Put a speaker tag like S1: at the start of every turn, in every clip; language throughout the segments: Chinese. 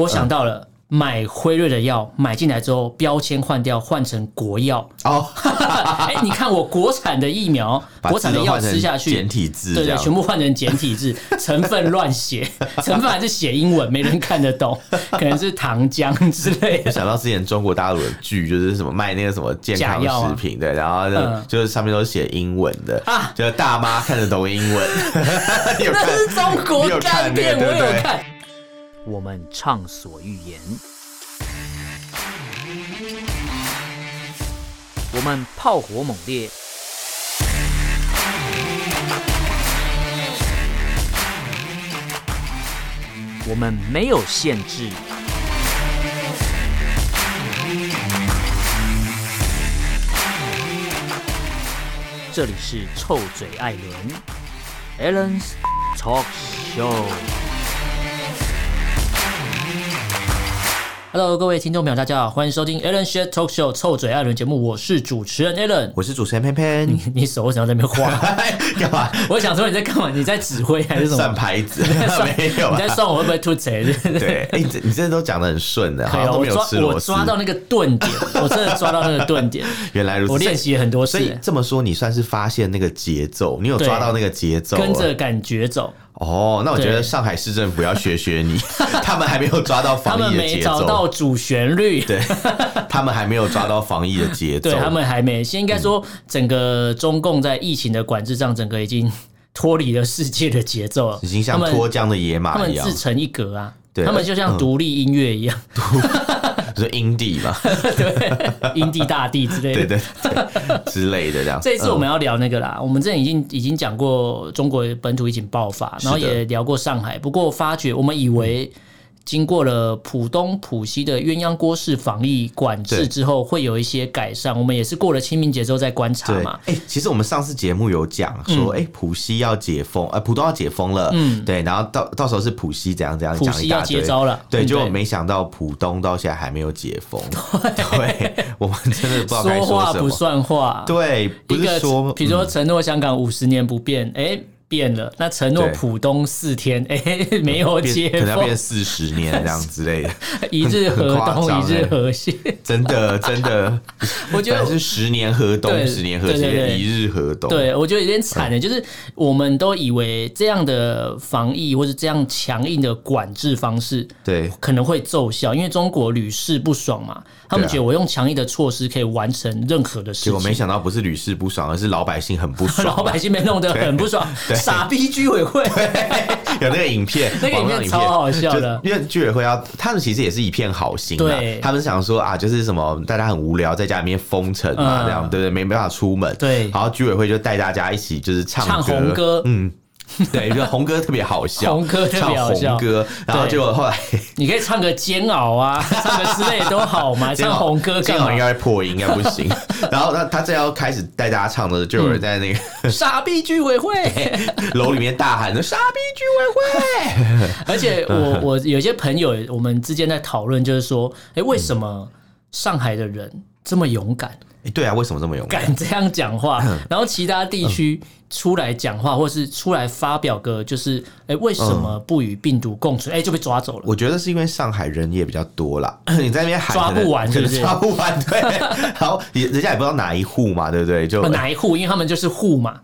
S1: 我想到了。买辉瑞的药买进来之后，标签换掉，换成国 药。
S2: 哦，
S1: 哎、你看我国产的疫苗，
S2: 把
S1: 国产的
S2: 字都
S1: 药
S2: 换成
S1: 吃下去，
S2: 简体字
S1: 对
S2: 这
S1: 对，
S2: 样
S1: 全部换成简体 字，成分乱写，成分还是写英文，没人看得懂，可能是糖浆之类
S2: 我
S1: 的。
S2: 想到之前中国大陆的剧，就是什么卖那个什么健康
S1: 假药啊
S2: 食品，对，然后就、
S1: 嗯
S2: 就是上面都写英文的，
S1: 啊
S2: 就是大妈看得懂英 文，你有看
S1: 那是中
S2: 你
S1: 国
S2: 有
S1: 干
S2: 看
S1: 片，
S2: 那个对不
S1: 我
S2: 对
S1: 有看。
S3: 我们畅所欲言；我们炮火猛烈；我们没有限制。这里是臭嘴艾伦 a l l e n s Talk Show。
S1: Hello，各位听众朋友，大家好，欢迎收听 Alan s h a t Talk Show 臭嘴艾伦节目，我是主持人 Alan。
S2: 我是主持人偏偏，
S1: 你手为什么在那边画？
S2: 干嘛
S1: 我想说你在干嘛？你在指挥还是什
S2: 算
S1: 么？
S2: 牌子？
S1: 算
S2: 没有
S1: 你
S2: 啊
S1: 在。算我会不会吐槽？
S2: 对，哎、你这你这都讲的很顺的，
S1: 可
S2: 好
S1: 以
S2: 像
S1: 哦，
S2: 都
S1: 我
S2: 没有
S1: 抓
S2: 吃
S1: 我
S2: 螺丝。
S1: 抓到那个顿 点，我真的抓到那个顿点。
S2: 原来如此，
S1: 我练习了很多
S2: 所以。所以
S1: 次，
S2: 这么说，你算是发现那个节奏，你有抓到那个节奏了，
S1: 跟着感觉走。
S2: 哦。那我觉
S1: 对
S2: 得上海市政府要学学你， 他们还没有抓到
S1: 他
S2: 防
S1: 们
S2: 疫的
S1: 没
S2: 节
S1: 找到
S2: 奏，
S1: 主旋律，
S2: 对，他们还没有抓到防疫的节奏，
S1: 对他们还没。现在应该说，整个中共在疫情的管制上，整个已经 脱离了世界的节奏了，
S2: 已经像
S1: 他们
S2: 脱缰的野
S1: 他
S2: 马
S1: 们
S2: 一样
S1: 自，成一格啊。
S2: 对
S1: 他们就像独立音乐一样，
S2: 就是阴地 嘛，
S1: 对，阴地大地之类的。
S2: 嗯对对对之类的这样。嗯
S1: 这一次我们要聊那个啦，我们之前已经已经讲过中国本土疫情爆发，
S2: 是
S1: 然
S2: 的嗯
S1: 后也聊过上海，不过发觉我们以为。经过了浦东、浦西的鸳鸯锅式防疫管制
S2: 对
S1: 之后，会有一些改善。我们也是过了清明节之后再观察
S2: 对，
S1: 嘛。嗯
S2: 哎、其实我们上次节目有讲说，哎、浦西要解封，呃，浦东要解封了，嗯，对，然后到到时候是浦西怎样怎样
S1: 浦
S2: 讲
S1: 西
S2: 一
S1: 要
S2: 大
S1: 接
S2: 堆。
S1: 招了，嗯
S2: 对，
S1: 不
S2: 结果没想到浦东到现在还没有解 封，对我们真的不知道该
S1: 说话
S2: 什
S1: 不
S2: 么。
S1: 算话。
S2: 对，不
S1: 一
S2: 是
S1: 个
S2: 说，嗯
S1: 比如说承诺香港五十年不变，哎，变了。那承诺
S2: 对
S1: 浦东四天，哎，没有
S2: 变
S1: 解
S2: 可能要变
S1: 封，
S2: 四十年这样之类的，
S1: 一日
S2: 很
S1: 河
S2: 夸
S1: 东，
S2: 张
S1: 一日
S2: 哎
S1: 河西。
S2: 真的真的，
S1: 我觉得
S2: 本来是十年河
S1: 对
S2: 东，十年河
S1: 对
S2: 西，
S1: 对对
S2: 一日河东，
S1: 对，我觉得
S2: 嗯
S1: 有点惨的，就是我们都以为这样的防疫或者这样强硬的管制方式
S2: 对
S1: 可能会奏效，因为中国屡试不爽嘛，他们
S2: 对啊
S1: 觉得我用强硬的措施可以完成任何的事
S2: 结
S1: 情
S2: 果。没想到不是屡试不爽，而是老百姓很不爽。啊
S1: 老百姓被弄得很不爽，
S2: 对
S1: 傻逼居委会，
S2: 有那个影片，
S1: 那个影片
S2: 网络影片
S1: 超好笑的
S2: 就因为居委会要，他们其实也是一片好心啊
S1: 对，
S2: 他们想说啊，就是什么大家很无聊，在家里面封城嘛，
S1: 嗯
S2: 这样对不对？没办法出门，
S1: 对
S2: 然后居委会就带大家一起就是唱
S1: 唱红歌
S2: 嗯。对，就红歌特别好笑，
S1: 红歌特别好笑
S2: 唱红歌，然后
S1: 对
S2: 结果后来
S1: 你可以唱个煎熬 啊，唱个之类的都好嘛，
S2: 煎
S1: 唱
S2: 熬
S1: 红歌
S2: 这
S1: 干
S2: 样应
S1: 嘛？
S2: 该会破音，应该不 行。然后他他正要开始带大家唱的时候，就有人在那 个
S1: 傻逼居委会。
S2: 楼里面大喊着“傻逼居委会
S1: 而且我
S2: 嗯
S1: 我有些朋友，我们之间在讨论，就是说，哎、为什么上海的人这么勇敢，”
S2: 诶。对啊，为什么这么勇敢？
S1: 敢这样讲话？
S2: 嗯
S1: 然后其他地区出来讲话，或是出来发表个，就是，哎、为什么
S2: 嗯
S1: 不与病毒共存？哎、就被抓走了。
S2: 我觉得是因为上海人也比较多 啦，你在那边喊
S1: 抓
S2: 可能
S1: 不完是不是
S2: 可能抓不完， 对。然后也人家也不知道哪一户嘛，对不对？就
S1: 哪一户？因为他们就是户嘛，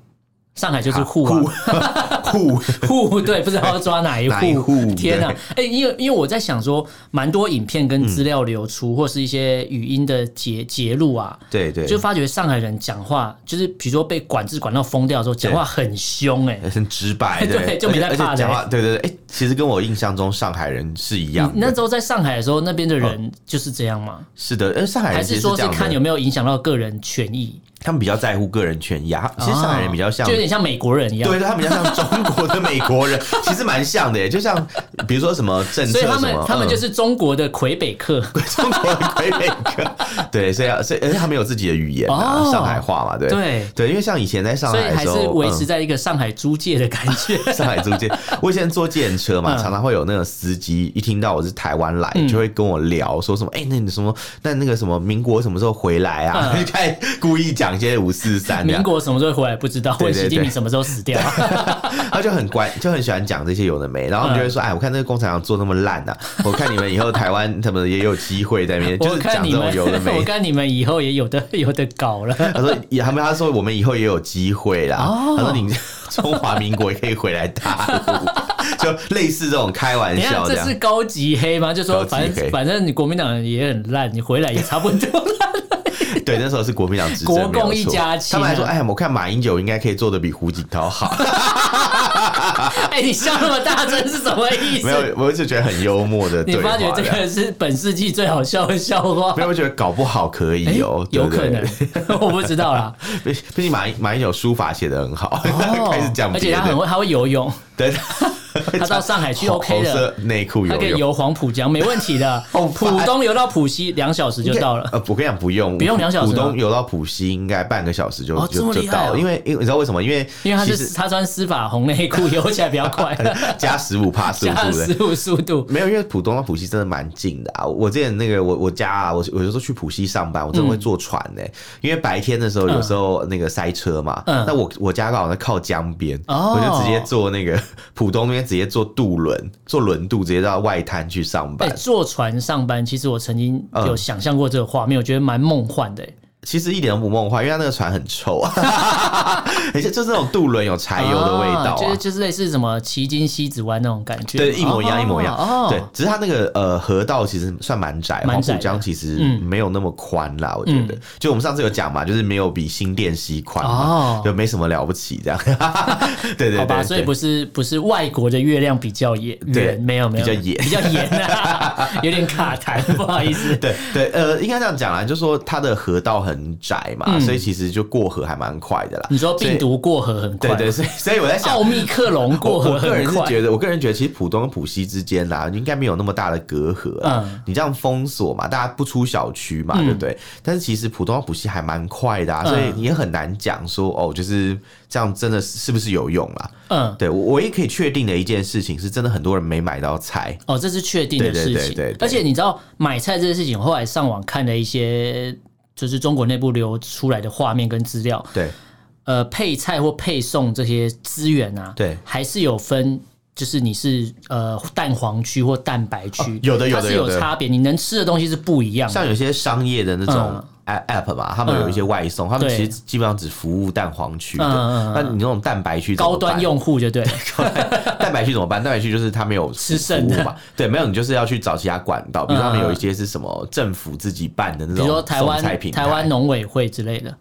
S1: 上海就是户啊。
S2: 户
S1: 户对，不知道要抓哪一户。
S2: 哪一户
S1: 天哪、哎、因为因为我在想说，蛮多影片跟资料流出，或是一些语音的截截录啊，
S2: 对对，
S1: 就发觉上海人讲话，就是比如说被管制管到疯掉的时候，讲话很凶哎、
S2: 很直白，
S1: 对
S2: 对，
S1: 就没在
S2: 而且
S1: 怕的
S2: 而且讲话，对对对。哎，其实跟我印象中上海人是一样
S1: 你那
S2: 的，
S1: 时候在上海的时候，那边的人就是这样吗？
S2: 哦是的。呃，上海
S1: 还
S2: 人其
S1: 是
S2: 实
S1: 说
S2: 这
S1: 是
S2: 样的
S1: 看有没有影响到个人权益？
S2: 他们比较在乎个人权益啊，其实上海人比较像
S1: 就有点像美国人一样。
S2: 对，他们比较像中国的美 国人，其实蛮像的耶，就像比如说什么政策
S1: 所以
S2: 什
S1: 他
S2: 么，
S1: 们他们
S2: 嗯
S1: 就是中国的魁北克，
S2: 中国的魁北 克，对，所以啊，所以而且他们有自己的语言啊，
S1: 哦
S2: 上海话嘛，对
S1: 对
S2: 对，因为像以前在上
S1: 所以
S2: 海的
S1: 还
S2: 时
S1: 是
S2: 候，
S1: 维持
S2: 嗯
S1: 在一个上海租界的感觉。
S2: 上海租界， 我以前坐电车嘛，
S1: 嗯
S2: 常常会有那个司机一听到我是台湾来，就会跟我聊说什么，哎，那你什么，那那个什么民国什么时候回来啊？
S1: 嗯
S2: 就开始故意讲讲一些五四三啊这
S1: 民
S2: 样，
S1: 国什么时候回来不知道，
S2: 对
S1: 问
S2: 对
S1: 习近平
S2: 对
S1: 什么时候死掉。
S2: 他就很 关，就很喜欢讲这些有的没，然后他们就会
S1: 嗯
S2: 说，哎，我看那个工厂做那么 烂呐、我看你们以后台湾他们也有机会在那边，就
S1: 我
S2: 是讲
S1: 看
S2: 这
S1: 你
S2: 种
S1: 们，
S2: 有的
S1: 我
S2: 没。
S1: 看你们以后也有的有的搞了。
S2: 他说，也他们他说我们以后也有机会啦。
S1: 哦
S2: 他说你中华民国也可以回来大陆，就类似这种开玩
S1: 等一下，
S2: 笑这
S1: 这
S2: 样
S1: 是。高级黑吗？就说
S2: 啊高级
S1: 反
S2: 黑
S1: 正反正你国民党也很烂，你回来也差不多。
S2: 对，那时候是国民党执政，
S1: 国共
S2: 没有错
S1: 一家亲啊
S2: 他们还说，哎，我看马英九应该可以做的比胡锦 涛好。
S1: 哎，你笑那么大声是什么意
S2: 没
S1: 思？
S2: 有，我就觉得很幽默的
S1: 你
S2: 对话
S1: 发觉这
S2: 样
S1: 个是本世纪最好笑的笑话哎
S2: 没？有，我觉得搞不好可以哦、对
S1: 有
S2: 不对
S1: 可能， 我不知道 啦。
S2: 毕毕竟马英马英九书法写的很好， 开始讲
S1: 哦而
S2: 别
S1: 且
S2: 的，
S1: 他很会，他会游 泳，
S2: 对，
S1: 他到上海去 OK
S2: 红
S1: 的，
S2: 色内裤
S1: 他
S2: 游
S1: 可以
S2: 泳。
S1: 游黄浦江，没问题的。
S2: 好烦
S1: 浦东游到浦西两小时就到了。
S2: 呃，我跟你讲，不用，
S1: 不用两小时
S2: 浦
S1: 吗
S2: 东游到浦西应该半个小时就、
S1: 哦这
S2: 就
S1: 么
S2: 就
S1: 厉害哦
S2: 到了，因为因为你知道为什么？因为
S1: 因为他
S2: 其
S1: 是
S2: 实
S1: 他穿丝法红内裤，游起来比较 快，
S2: 加十五帕 速
S1: 加
S2: 度的，
S1: 十五速度。
S2: 没有，因为浦东到浦西真的蛮近的啊。我之前那个我我家啊，我我有时候去浦西上班，我真的会
S1: 嗯
S2: 坐船呢、因为白天的时候有时候那个塞车嘛，
S1: 嗯
S2: 那我我家刚好在靠江边，
S1: 哦
S2: 我就直接坐那个浦东那边直接坐渡轮，坐轮渡直接到外滩去上
S1: 哎、
S2: 班。
S1: 坐船上班，其实我曾经
S2: 嗯
S1: 有想象过这个画面，我觉得蛮梦幻的、
S2: 其实一点都不梦幻，因为它那个船很臭啊， 而且就是那种渡轮有柴油的味道啊。
S1: 哦就是就是类似什么奇经西子湾那种感觉，
S2: 对，一模一样，
S1: 哦
S2: 一模一样。
S1: 哦，
S2: 对，只是它那个呃河道其实算蛮窄，
S1: 蛮
S2: 黄
S1: 窄
S2: 浦
S1: 的
S2: 江其实
S1: 嗯
S2: 没有那么宽啦，我觉得。就我们上次有讲嘛，就是没有比新店溪宽嘛
S1: 哦，
S2: 就没什么了不起这样。 对对
S1: 好
S2: 对
S1: 吧，
S2: 对，
S1: 所以不是不是外国的月亮比较圆，
S2: 对
S1: 圆没有没有
S2: 比较圆
S1: 比较严 啊，有点卡痰， 不好意思。
S2: 对对，呃，应该这样讲啦，就说它的河道很窄嘛，
S1: 嗯
S2: 所以其实就过河还蛮快的啦。
S1: 你说病
S2: 所以？
S1: 毒过河嗯很快
S2: 对
S1: 吗，
S2: 对，所以所以我在想
S1: 奥，密克戎
S2: 我
S1: 过河
S2: 我个
S1: 很
S2: 人是
S1: 快，
S2: 觉得，我个人觉得，其实浦东跟浦西之间啦，应该没有那么大的隔阂啦。
S1: 嗯
S2: 你这样封锁嘛，大家不出小区嘛，对不对？但是其实浦东到浦西还蛮快的啊，
S1: 嗯
S2: 所以也很难讲说哦，就是这样真的是不是有用啦？
S1: 嗯，
S2: 对我我也可以确定的一件事情是，真的很多人没买到菜。
S1: 哦，这是确定的
S2: 对
S1: 事
S2: 对
S1: 情。
S2: 对对对
S1: 而且你知道买菜这件事情，我后来上网看了一些，就是中国内部流出来的画面跟资料，
S2: 对
S1: 呃，配菜或配送这些资源啊，
S2: 对
S1: 还是有分。就是你是呃蛋黄区或蛋白区、
S2: 哦有的有的
S1: 它是
S2: 有的
S1: 差别，你能吃的东西是不一样的。
S2: 像有些商业的那种
S1: 嗯
S2: app app 嘛，他们有一些外送，他们
S1: 对
S2: 其实基本上只服务蛋黄区的。
S1: 嗯嗯嗯
S2: 那你那种蛋白区怎么
S1: 高端
S2: 办啊
S1: 用户就对，
S2: 蛋白区怎么办？蛋白区就是它没有
S1: 吃
S2: 服
S1: 剩的
S2: 务嘛，对，没有你就是要去找其他管道，比如说他
S1: 嗯
S2: 们
S1: 嗯
S2: 有一些是什么政府自己办的那
S1: 比如说
S2: 种
S1: 台
S2: 菜
S1: 湾
S2: 品啊
S1: 台湾。农委会之类 的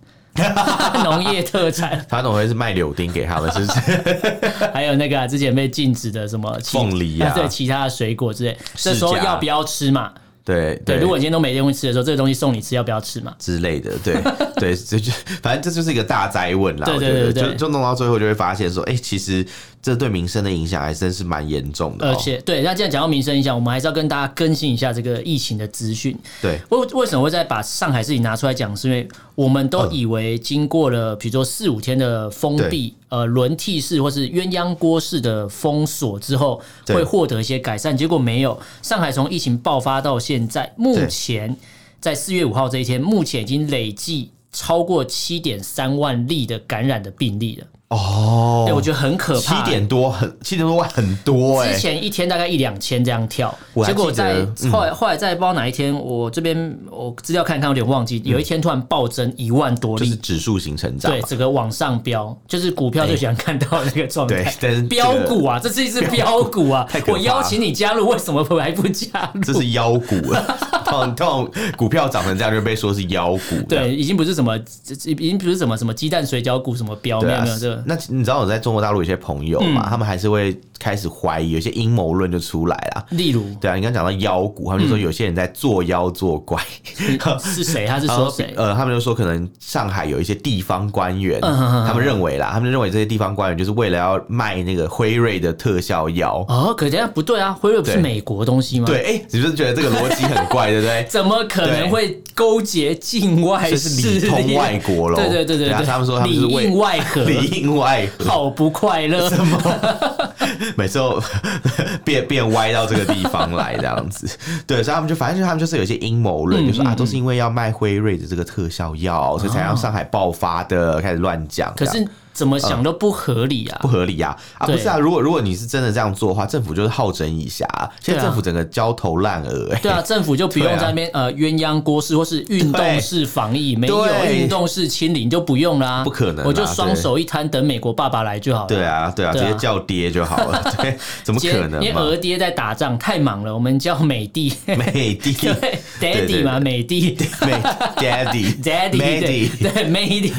S1: 农业特产，
S2: 台湾总会是卖柳丁给他们，是 不是？
S1: 还有那个、啊、之前被禁止的什么其
S2: 凤梨啊
S1: 对其他的水果之类，这时候
S2: 释迦
S1: 要不要吃嘛？
S2: 对
S1: 对，如果你今天都没东西吃的时候，这个东西送你吃，要不要吃嘛？
S2: 之类的，对对，这就反正这就是一个大灾问啦。
S1: 对
S2: 我
S1: 对
S2: 觉得
S1: 对对对
S2: 就就弄到最后就会发现说，哎，其实这对民生的影响还真是蛮严重的
S1: 而
S2: 哦。
S1: 且，对，那既然讲到民生影响，我们还是要跟大家更新一下这个疫情的资讯。
S2: 对
S1: 为为什么会再把上海事情拿出来讲？是因为我们都
S2: 嗯
S1: 以为经过了，比如说四五天的封闭，呃，轮替式或是鸳鸯锅式的封锁之后，
S2: 对
S1: 会获得一些改善，结果没有。上海从疫情爆发到现在，目前在四月五号这一天，目前已经累计超过七点三万例的感染的病例了。
S2: 哦
S1: 对，我觉得很可
S2: 七
S1: 怕。
S2: 点多很七点多万很多哎
S1: 之，前一天大概一两千这样跳
S2: 我，还
S1: 结果
S2: 记得嗯
S1: 在后来后来在不知道哪一天，我这边我资料看一看，有点忘记，有一天突然暴增一万多
S2: 就是
S1: 例，
S2: 指数型成长
S1: 对，
S2: 嘛。
S1: 整个往上飙，就是股票最喜欢看到的那个状态
S2: 对。但是这个
S1: 标股啊，这是一只标股啊
S2: 太！可怕
S1: 我
S2: 了
S1: 邀请你加入，为什么还不加入？
S2: 这是妖股啊！ 通常通常股票涨成这样就被说是妖股。这样，
S1: 对，已经不是什么，已经不是什么什么鸡蛋水饺股什么标，哦
S2: 对
S1: 没
S2: 啊
S1: 有没有这个。。嗯
S2: 那你知道我在中国大陆有些朋友嘛，他们还是会开始怀疑，有些阴谋论就出来啦。
S1: 例如
S2: 对啊，你刚讲到妖股，他们就说
S1: 嗯
S2: 有些人在作妖作 怪。
S1: 是谁？他是
S2: 然
S1: 说
S2: 后
S1: 谁？
S2: 呃，他们就说可能上海有一些地方官员，
S1: 嗯嗯嗯
S2: 他们认为啦，他们认为这些地方官员就是为了要卖那个辉瑞的特效药。
S1: 哦，可等一下不对啊，辉瑞不是
S2: 对
S1: 美国东西吗？
S2: 对，哎、你是不是觉得这个逻辑很怪，对不 对？
S1: 怎么可能会勾结境外
S2: 这
S1: 势
S2: 是
S1: 力？
S2: 里通外国 喽。
S1: 对对对对
S2: 啊
S1: 对，
S2: 他们说他们是
S1: 里
S2: 为
S1: 应外合，
S2: 里应外合。
S1: 好不快乐。
S2: 每次都变变歪到这个地方来这样子。 对，所以他们就反正就他们就是有一些阴谋
S1: 嗯
S2: 论，就说啊，都是因为要卖辉瑞的这个特效药，所以才让上海爆发的，开始乱讲这
S1: 哦可
S2: 样。
S1: 是怎么想都不合理啊
S2: 不！合理呀、啊！啊，
S1: 对
S2: 不是啊，如果如果你是真的这样做的话，政府就是好整以暇、现在
S1: 对啊
S2: 政府整个焦头烂额、欸，
S1: 对啊，政府就不用在那边、呃鸳鸯锅式或是运动式防疫，没有啊
S2: 对
S1: 运动式清零就不用啦，
S2: 不可能啊
S1: 我就双手一摊等美国爸爸来就好了。
S2: 对啊，对啊，直
S1: 对啊
S2: 接叫爹就好了， 对，怎么
S1: 接，
S2: 可能
S1: 因为
S2: 嘛
S1: 俄？爹在打仗，太忙了，我们叫美 帝，
S2: 美帝，
S1: 对，daddy 嘛，美 帝
S2: 美 daddy
S1: ，daddy，对
S2: Maddy
S1: 对，美帝。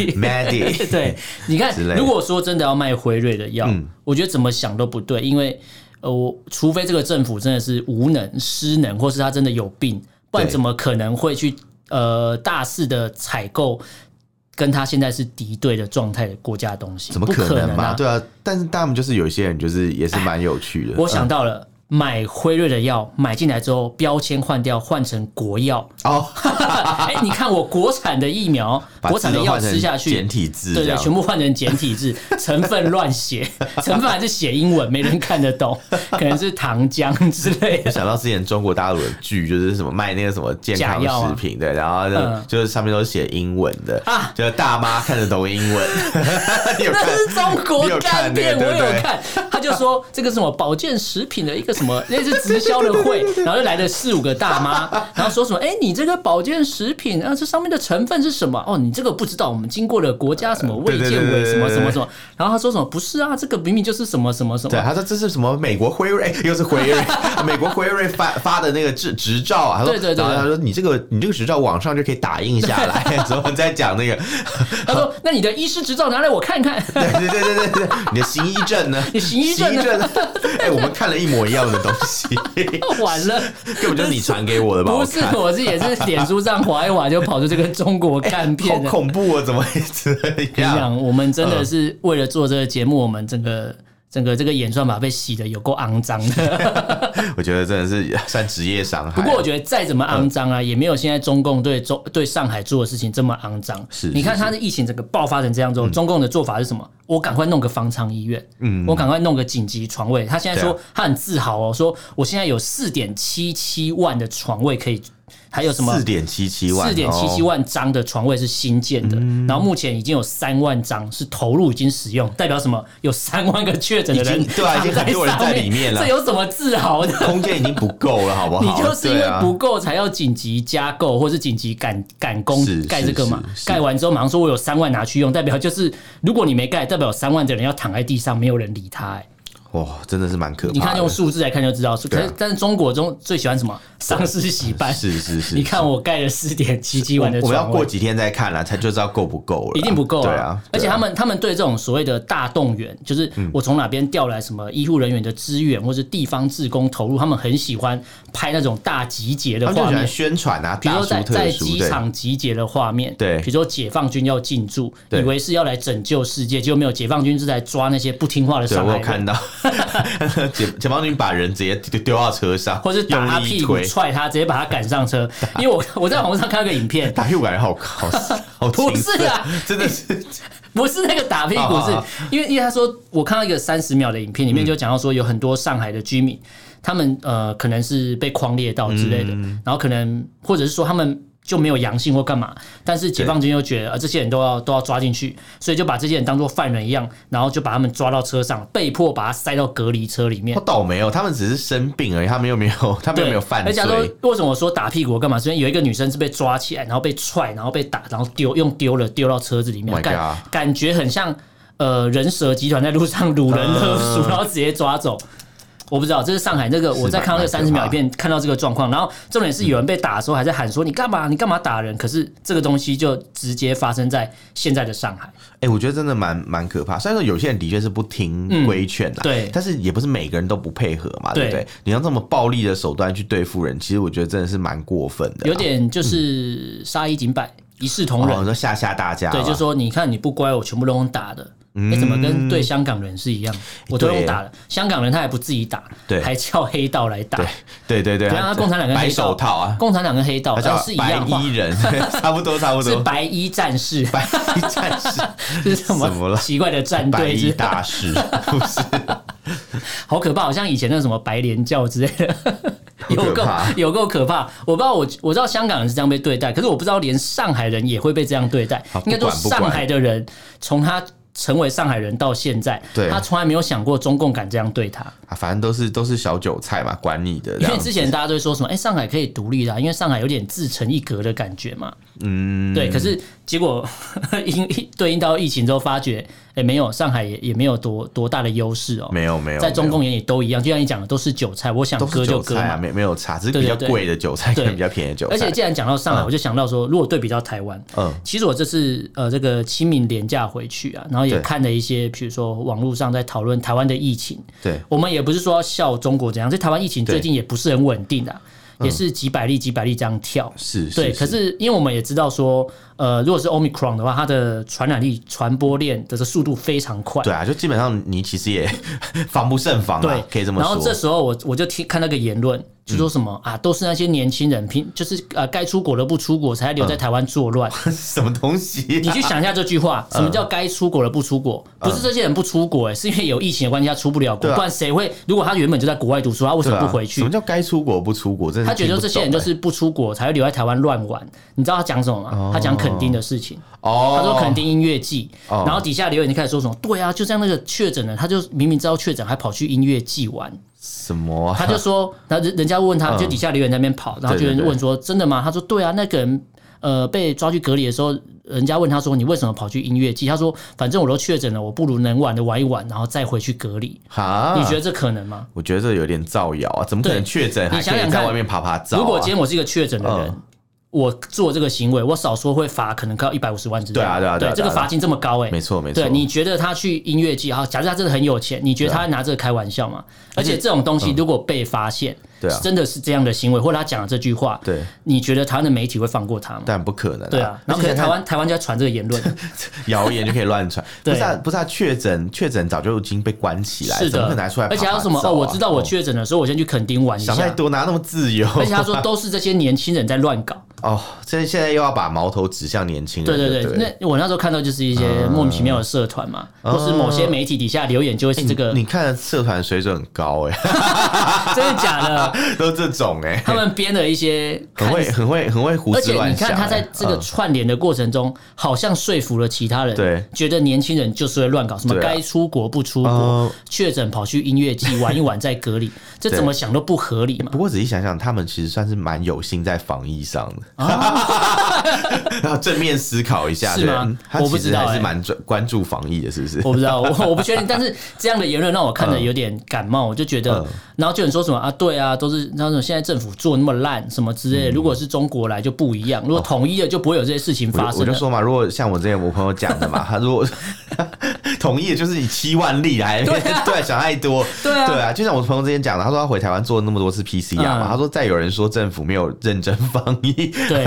S2: Maddy，
S1: 对，你看
S2: 之类，的嗯
S1: 如果说真的要卖辉瑞的药，我觉得怎么想都不对，因为呃，我除非这个政府真的是无能、失能，或是他真的有病，不然
S2: 对
S1: 怎么可能会去呃大肆的采购跟他现在是敌对的状态的国家的东西？
S2: 怎么
S1: 不可
S2: 能嘛？
S1: 啊！
S2: 对啊，但是他们就是有一些人就是也是蛮有趣的。
S1: 我想到了。买辉瑞的药买进来之后，标签换掉，换成国药。
S2: 嗯哦，
S1: 哎、你看我国产的疫苗，
S2: 把
S1: 国产
S2: 字
S1: 的
S2: 都
S1: 药
S2: 换
S1: 吃
S2: 成
S1: 下去，
S2: 简体字
S1: 对
S2: 这
S1: 对，
S2: 样，
S1: 全部换成简体 字，成分乱写， 成分还是写英文，没人看得 懂，可能是糖浆之类
S2: 我
S1: 的。
S2: 想到之前中国大陆的剧，就是什么卖那个什么健康
S1: 假药啊
S2: 食品，对，然后就、
S1: 嗯
S2: 就是上面都是写英文的，
S1: 啊
S2: 就是大妈看得懂英文， 你有看
S1: 那是中国干片，
S2: 你有看那个对不对
S1: 我有看。他就 说这个什么保健食品的一个什么类似直销的会，然后就来了四五个大妈，然后说什么？哎，你这个保健食品啊，这上面的成分是什么？哦，你这个不知道，我们经过了国家什么卫健
S2: 对对对
S1: 委
S2: 对
S1: 什么什么
S2: 对
S1: 什么。然后他说什么？不是啊，这个明明就是什么什么什
S2: 对，
S1: 么。
S2: 他说这是什么美国辉瑞， 哎又是辉 瑞，美国辉瑞发发的那个执执照啊，他说，
S1: 对对对
S2: 然后他说你这个你这个执照网上就可以打印下来， 然后再讲那个，
S1: 他说：“那你的医师执照拿来我看看。”
S2: 对对对对对对，你的行医证呢？
S1: 你行医证呢
S2: 行呢？哎，我们看了一模一样的东西，
S1: 完了，
S2: 根本就是你传给我的吧？
S1: 不
S2: 我
S1: 是
S2: 看，
S1: 我是也是脸书上划一划就跑出这个中国干
S2: 好
S1: 片的。
S2: 恐啊怖啊！怎么会这
S1: 跟你
S2: 样？
S1: 讲，我们真的是为了做这个节目，我们整个整个这个演算法被洗的有够肮脏的。
S2: 我觉得真的是算职业伤
S1: 不
S2: 害。
S1: 过我觉得再怎么肮脏啊，也没有现在中共对中对上海做的事情这么肮脏。
S2: 是
S1: 你看
S2: 是是嗯
S1: 他的疫情整个爆发成这样之后，中共的做法是什么？我赶快弄个方舱医院，嗯，我赶快弄个紧急床位。他现在说
S2: 对啊
S1: 他很自豪哦，说我现在有四点七七万的床位可以，还有什么
S2: 四点七七万，
S1: 四点七七
S2: 哦，嗯
S1: 万张的床位是新建的，然后目前已经有三万张是投入已经使用，代表什么？有三万个确诊的人
S2: 已经对啊已经很多人
S1: 躺上
S2: 在里面了
S1: 这有什么自豪的？
S2: 空间已经不够了，好不 好？
S1: 你就是因
S2: 对
S1: 为
S2: 啊
S1: 不够才要紧急加购，或是紧急赶赶工
S2: 是
S1: 盖这个嘛
S2: 是？是
S1: 盖完之后马上说我有三万拿去用，代表就是如果你没盖，代表有三万的人要躺在地上，没有人理他、哎
S2: 哇，真的是蛮可怕的。
S1: 你看用数字来看就知道，可
S2: 对
S1: 是
S2: 啊
S1: 但是中国中最喜欢什么？丧尸洗班。
S2: 是是是，
S1: 你看我盖了四点七七
S2: 我
S1: 万的床
S2: 我们
S1: 位，
S2: 要过几天再看了，才就知道够不够了。
S1: 一定不够
S2: 对啊，
S1: 而且
S2: 对啊
S1: 他们他们对这种所谓的大动员，就是我从哪边调来什么医护人员的资源，或是地方志工投入，他们很喜欢拍那种大集结的
S2: 他们就
S1: 画
S2: 喜欢
S1: 面。
S2: 宣传啊，
S1: 比如
S2: 大
S1: 说
S2: 书
S1: 在
S2: 特
S1: 在
S2: 书
S1: 机
S2: 对
S1: 场集结的画面，
S2: 对
S1: 比如说解放军要进驻，以
S2: 对
S1: 为是要来拯救世界，结果没有，解放军是来抓那些不听话的
S2: 对
S1: 上
S2: 我
S1: 海
S2: 有
S1: 人，
S2: 看到解解放军把人直接丢丢到车上，
S1: 或是打他
S2: 用力一
S1: 屁股
S2: 推
S1: 踹他，直接把他赶上 车。因为我我在网络上看到一个影片，
S2: 打屁股感觉好好 好
S1: 不
S2: 青
S1: 是
S2: 涩
S1: 啊，
S2: 真的是
S1: 不是那个打屁股，
S2: 哦
S1: 是
S2: 哦哦
S1: 因为因为他说，我看到一个三十秒的影片，里面就讲到说，有很多上海的居民，他们呃可能是被框列到之类的，然后可能或者是说他们。就没有阳性或干嘛，但是解放军又觉得呃这些人都要都要抓进去，所以就把这些人当做犯人一样，然后就把他们抓到车上，被迫把他塞到隔离车里面
S2: 好。倒霉哦，他们只是生病而已，他们又没有他们
S1: 对，
S2: 又没有犯
S1: 而且他说
S2: 罪，
S1: 为什么我说打屁股干嘛？是因为有一个女生是被抓起来，然后被踹，然后被打，然后丢用丢了丢到车子里面
S2: Oh my
S1: 感
S2: God
S1: 感觉很像呃人蛇集团在路上掳人勒赎，然后直接抓走。我不知道，这是上海那个，我在看到那
S2: 蛮
S1: 三十秒一遍，看到这个状况，然后重点是有人被打的时候还在喊说你干嘛你干嘛打人，可是这个东西就直接发生在现在的上海。
S2: 哎、我觉得真的蛮蛮可怕。虽然说有些人的确是不听规劝啦、
S1: 嗯对
S2: 但是也不是每个人都不配合嘛，对不
S1: 对
S2: 对？你用这么暴力的手段去对付人，其实我觉得真的是蛮过分的啦，
S1: 有点就是杀一儆百，一视同
S2: 哦，
S1: 仁
S2: 你。说吓吓大家嘛，
S1: 对，就说你看你不乖，我全部都用打的。
S2: 嗯
S1: 你、怎么跟对香港人是一样？我都用打的。香港人他还不自己打，
S2: 对
S1: 还叫黑道来打。
S2: 对对
S1: 对
S2: 对，
S1: 啊，共产党跟
S2: 白
S1: 黑
S2: 手
S1: 道，
S2: 套啊，
S1: 共产党跟黑道
S2: 他叫
S1: 但是一
S2: 白
S1: 样话
S2: 衣，人， 差不多差不
S1: 是
S2: 多，
S1: 白衣战 士，
S2: 白衣 战士，
S1: 是什
S2: 怎么
S1: 么
S2: 了
S1: 奇怪的战
S2: 白
S1: 队之
S2: 啊衣大士，不是？
S1: 好可怕，好像以前那什么白莲教之类 的，有够
S2: 可怕
S1: 有够可怕。我不知道我我知道香港人是这样被对待，可是我不知道连上海人也会被这样对待
S2: 好。不
S1: 应该说
S2: 管不管
S1: 上海的人从他。成为上海人到现在
S2: 对，
S1: 他从来没有想过中共敢这样对他，
S2: 啊，反正都是都是小韭菜嘛，管 你的这
S1: 因
S2: 样
S1: 为
S2: 子。
S1: 之前大家都会说什么，哎、上海可以独立啦，因为上海有点自成一格的感觉嘛。
S2: 嗯，
S1: 对，可是结果 因对应到疫情之后，发觉哎、没有上海也也没有多多大的优势哦。
S2: 没有没有，
S1: 在中
S2: 没
S1: 共眼里都一样，就像你讲的，都是韭菜，我想
S2: 有都
S1: 割
S2: 是
S1: 就
S2: 韭
S1: 割
S2: 菜
S1: 嘛。
S2: 啊，没没有差，只是
S1: 对
S2: 比
S1: 对
S2: 较
S1: 对
S2: 贵的韭菜
S1: 对
S2: 跟比较便宜的韭菜。
S1: 而且既然讲到上海，我就想到说，如果对比到台湾，
S2: 嗯
S1: 其实我这次呃这个清明廉假回去啊，然后也
S2: 对
S1: 看了一些，比如说网络上在讨论台湾的疫情，
S2: 对
S1: 我们也不是说要笑中国怎样，这台湾疫情
S2: 对嗯
S1: 最近也不是很稳定的、啊，也是几百例几百例这样跳。
S2: 是，
S1: 对，可是因为我们也知道说，呃，如果是 Omicron 的话，它的传染力、传播链的速度非常快。
S2: 对啊，就基本上你其实也 防不胜防
S1: 对
S2: 啊，，可以这么
S1: 然后这
S2: 说。
S1: 时候我我就听看那个言论，就说什么、啊，都是那些年轻人拼，就是呃该出国的不出国，才留在台湾作乱。
S2: 什么东西
S1: 你
S2: 啊？
S1: 去想一下这句 话，
S2: 嗯
S1: 什么叫该出国的不出国？不是这些人不出国、欸，是因为有疫情的关系，他出不了国。
S2: 对啊
S1: 不然谁会？如果他原本就在国外读书，他为什
S2: 对
S1: 么
S2: 啊
S1: 不回去
S2: 什么？叫该出国不出国？真的
S1: 他觉
S2: 是
S1: 得
S2: 听不
S1: 这些人就
S2: 懂欸
S1: 是不出国才会留在台湾乱玩，你知道他讲什么吗？他讲垦丁的事情。
S2: 哦，
S1: 他说肯定音乐季，
S2: 哦
S1: 然后底下留言就开始说什么，对啊，就像那个确诊的，他就明明知道确诊，还跑去音乐季 玩。
S2: 什么啊？
S1: 他就说，然后人人家问他，
S2: 嗯
S1: 就底下留言在那边跑，然后就有人问说真的吗？他说对啊，那个人呃被抓去隔离的时候，人家问他说你为什么跑去音乐季？他说反正我都确诊了，我不如能玩的玩一玩，然后再回去隔离。
S2: 哈，
S1: 你觉得这可能吗？
S2: 我觉得这有点造谣啊，怎么可能
S1: 对
S2: 确诊还
S1: 你想
S2: 可以
S1: 想
S2: 在
S1: 看
S2: 外面爬爬照、啊？
S1: 如果今天我是一个确诊的人
S2: 嗯。
S1: 我做这个行为，我少说会罚可能高一百五十万之类的。
S2: 对啊对啊对啊对啊
S1: 这个罚金这么高哎、
S2: 没错没错，啊
S1: 对，你觉得他去音乐季，好，假设他真的很有钱，你觉得他拿这个开玩笑吗？而且这种东西如果被发现，
S2: 嗯对啊
S1: 真的是这样的行为，或者他讲了这句话，
S2: 对，
S1: 你觉得台湾的媒体会放过他吗？
S2: 但不可能、啊，
S1: 对啊，然后可
S2: 而
S1: 能
S2: 且他
S1: 台湾台湾就在传这个言论，
S2: 谣言就可以乱传，不
S1: 对
S2: 是、啊、不是、啊，确诊确诊早就已经被关起来，
S1: 是
S2: 怎么可
S1: 的
S2: 能还出来，爬
S1: 而
S2: 爬
S1: 且
S2: 照啊、
S1: 还有什么哦，我知道我确诊了，所以我先去垦丁玩一
S2: 想太
S1: 下。
S2: 多，哪那么自由？
S1: 而且他说都是这些年轻人在乱搞，
S2: 哦，现现在又要把矛头指向年轻人，
S1: 对
S2: 对啊
S1: 对
S2: 不
S1: 对，那我那时候看到就是一些莫名其妙的社团嘛，或是某些媒体底下留言就会是这个
S2: 哎你，看社团水准很高哎、
S1: 真的假的？
S2: 都这种哎、
S1: 他们编了一些
S2: 很
S1: 看
S2: 会很会很会胡
S1: 而
S2: 思
S1: 且
S2: 乱
S1: 你
S2: 想、
S1: 看，他在
S2: 哎
S1: 这个
S2: 嗯
S1: 串联的过程中，好像说服了其他人，
S2: 对
S1: 觉得年轻人就是会乱搞，什么
S2: 对啊
S1: 该出国不出
S2: 哦
S1: 国，确诊跑去音乐季玩一玩再隔离，这怎么想都不合理嘛
S2: 不。过仔细想想，他们其实算是蛮有心在防疫上的， 然后正面思考一下，
S1: 啊是吗
S2: 对嗯他
S1: 我不
S2: 其实
S1: 知道
S2: 还是
S1: 欸
S2: 蛮专关注防疫的，是不是？
S1: 我不知道，我我不 确定，但是这样的言论让我看着有点感冒，我就觉得
S2: 嗯，
S1: 然后就有人说什么啊，对啊，都是那种现在政府做那么烂什么之类的，如果是中国来就不一嗯样，如哦果统一了就不会有这些事情
S2: 我就
S1: 发生
S2: 我就
S1: 了。
S2: 说嘛，如果像我之前我朋友讲 的嘛，他如果同意，就是以七万例来， 对、想太多，
S1: 啊对啊
S2: 就像我朋友之前讲的，他说他回台湾做了那么多次 PCR 嘛，
S1: 嗯
S2: 他说再有人说政府没有认真防疫，
S1: 对，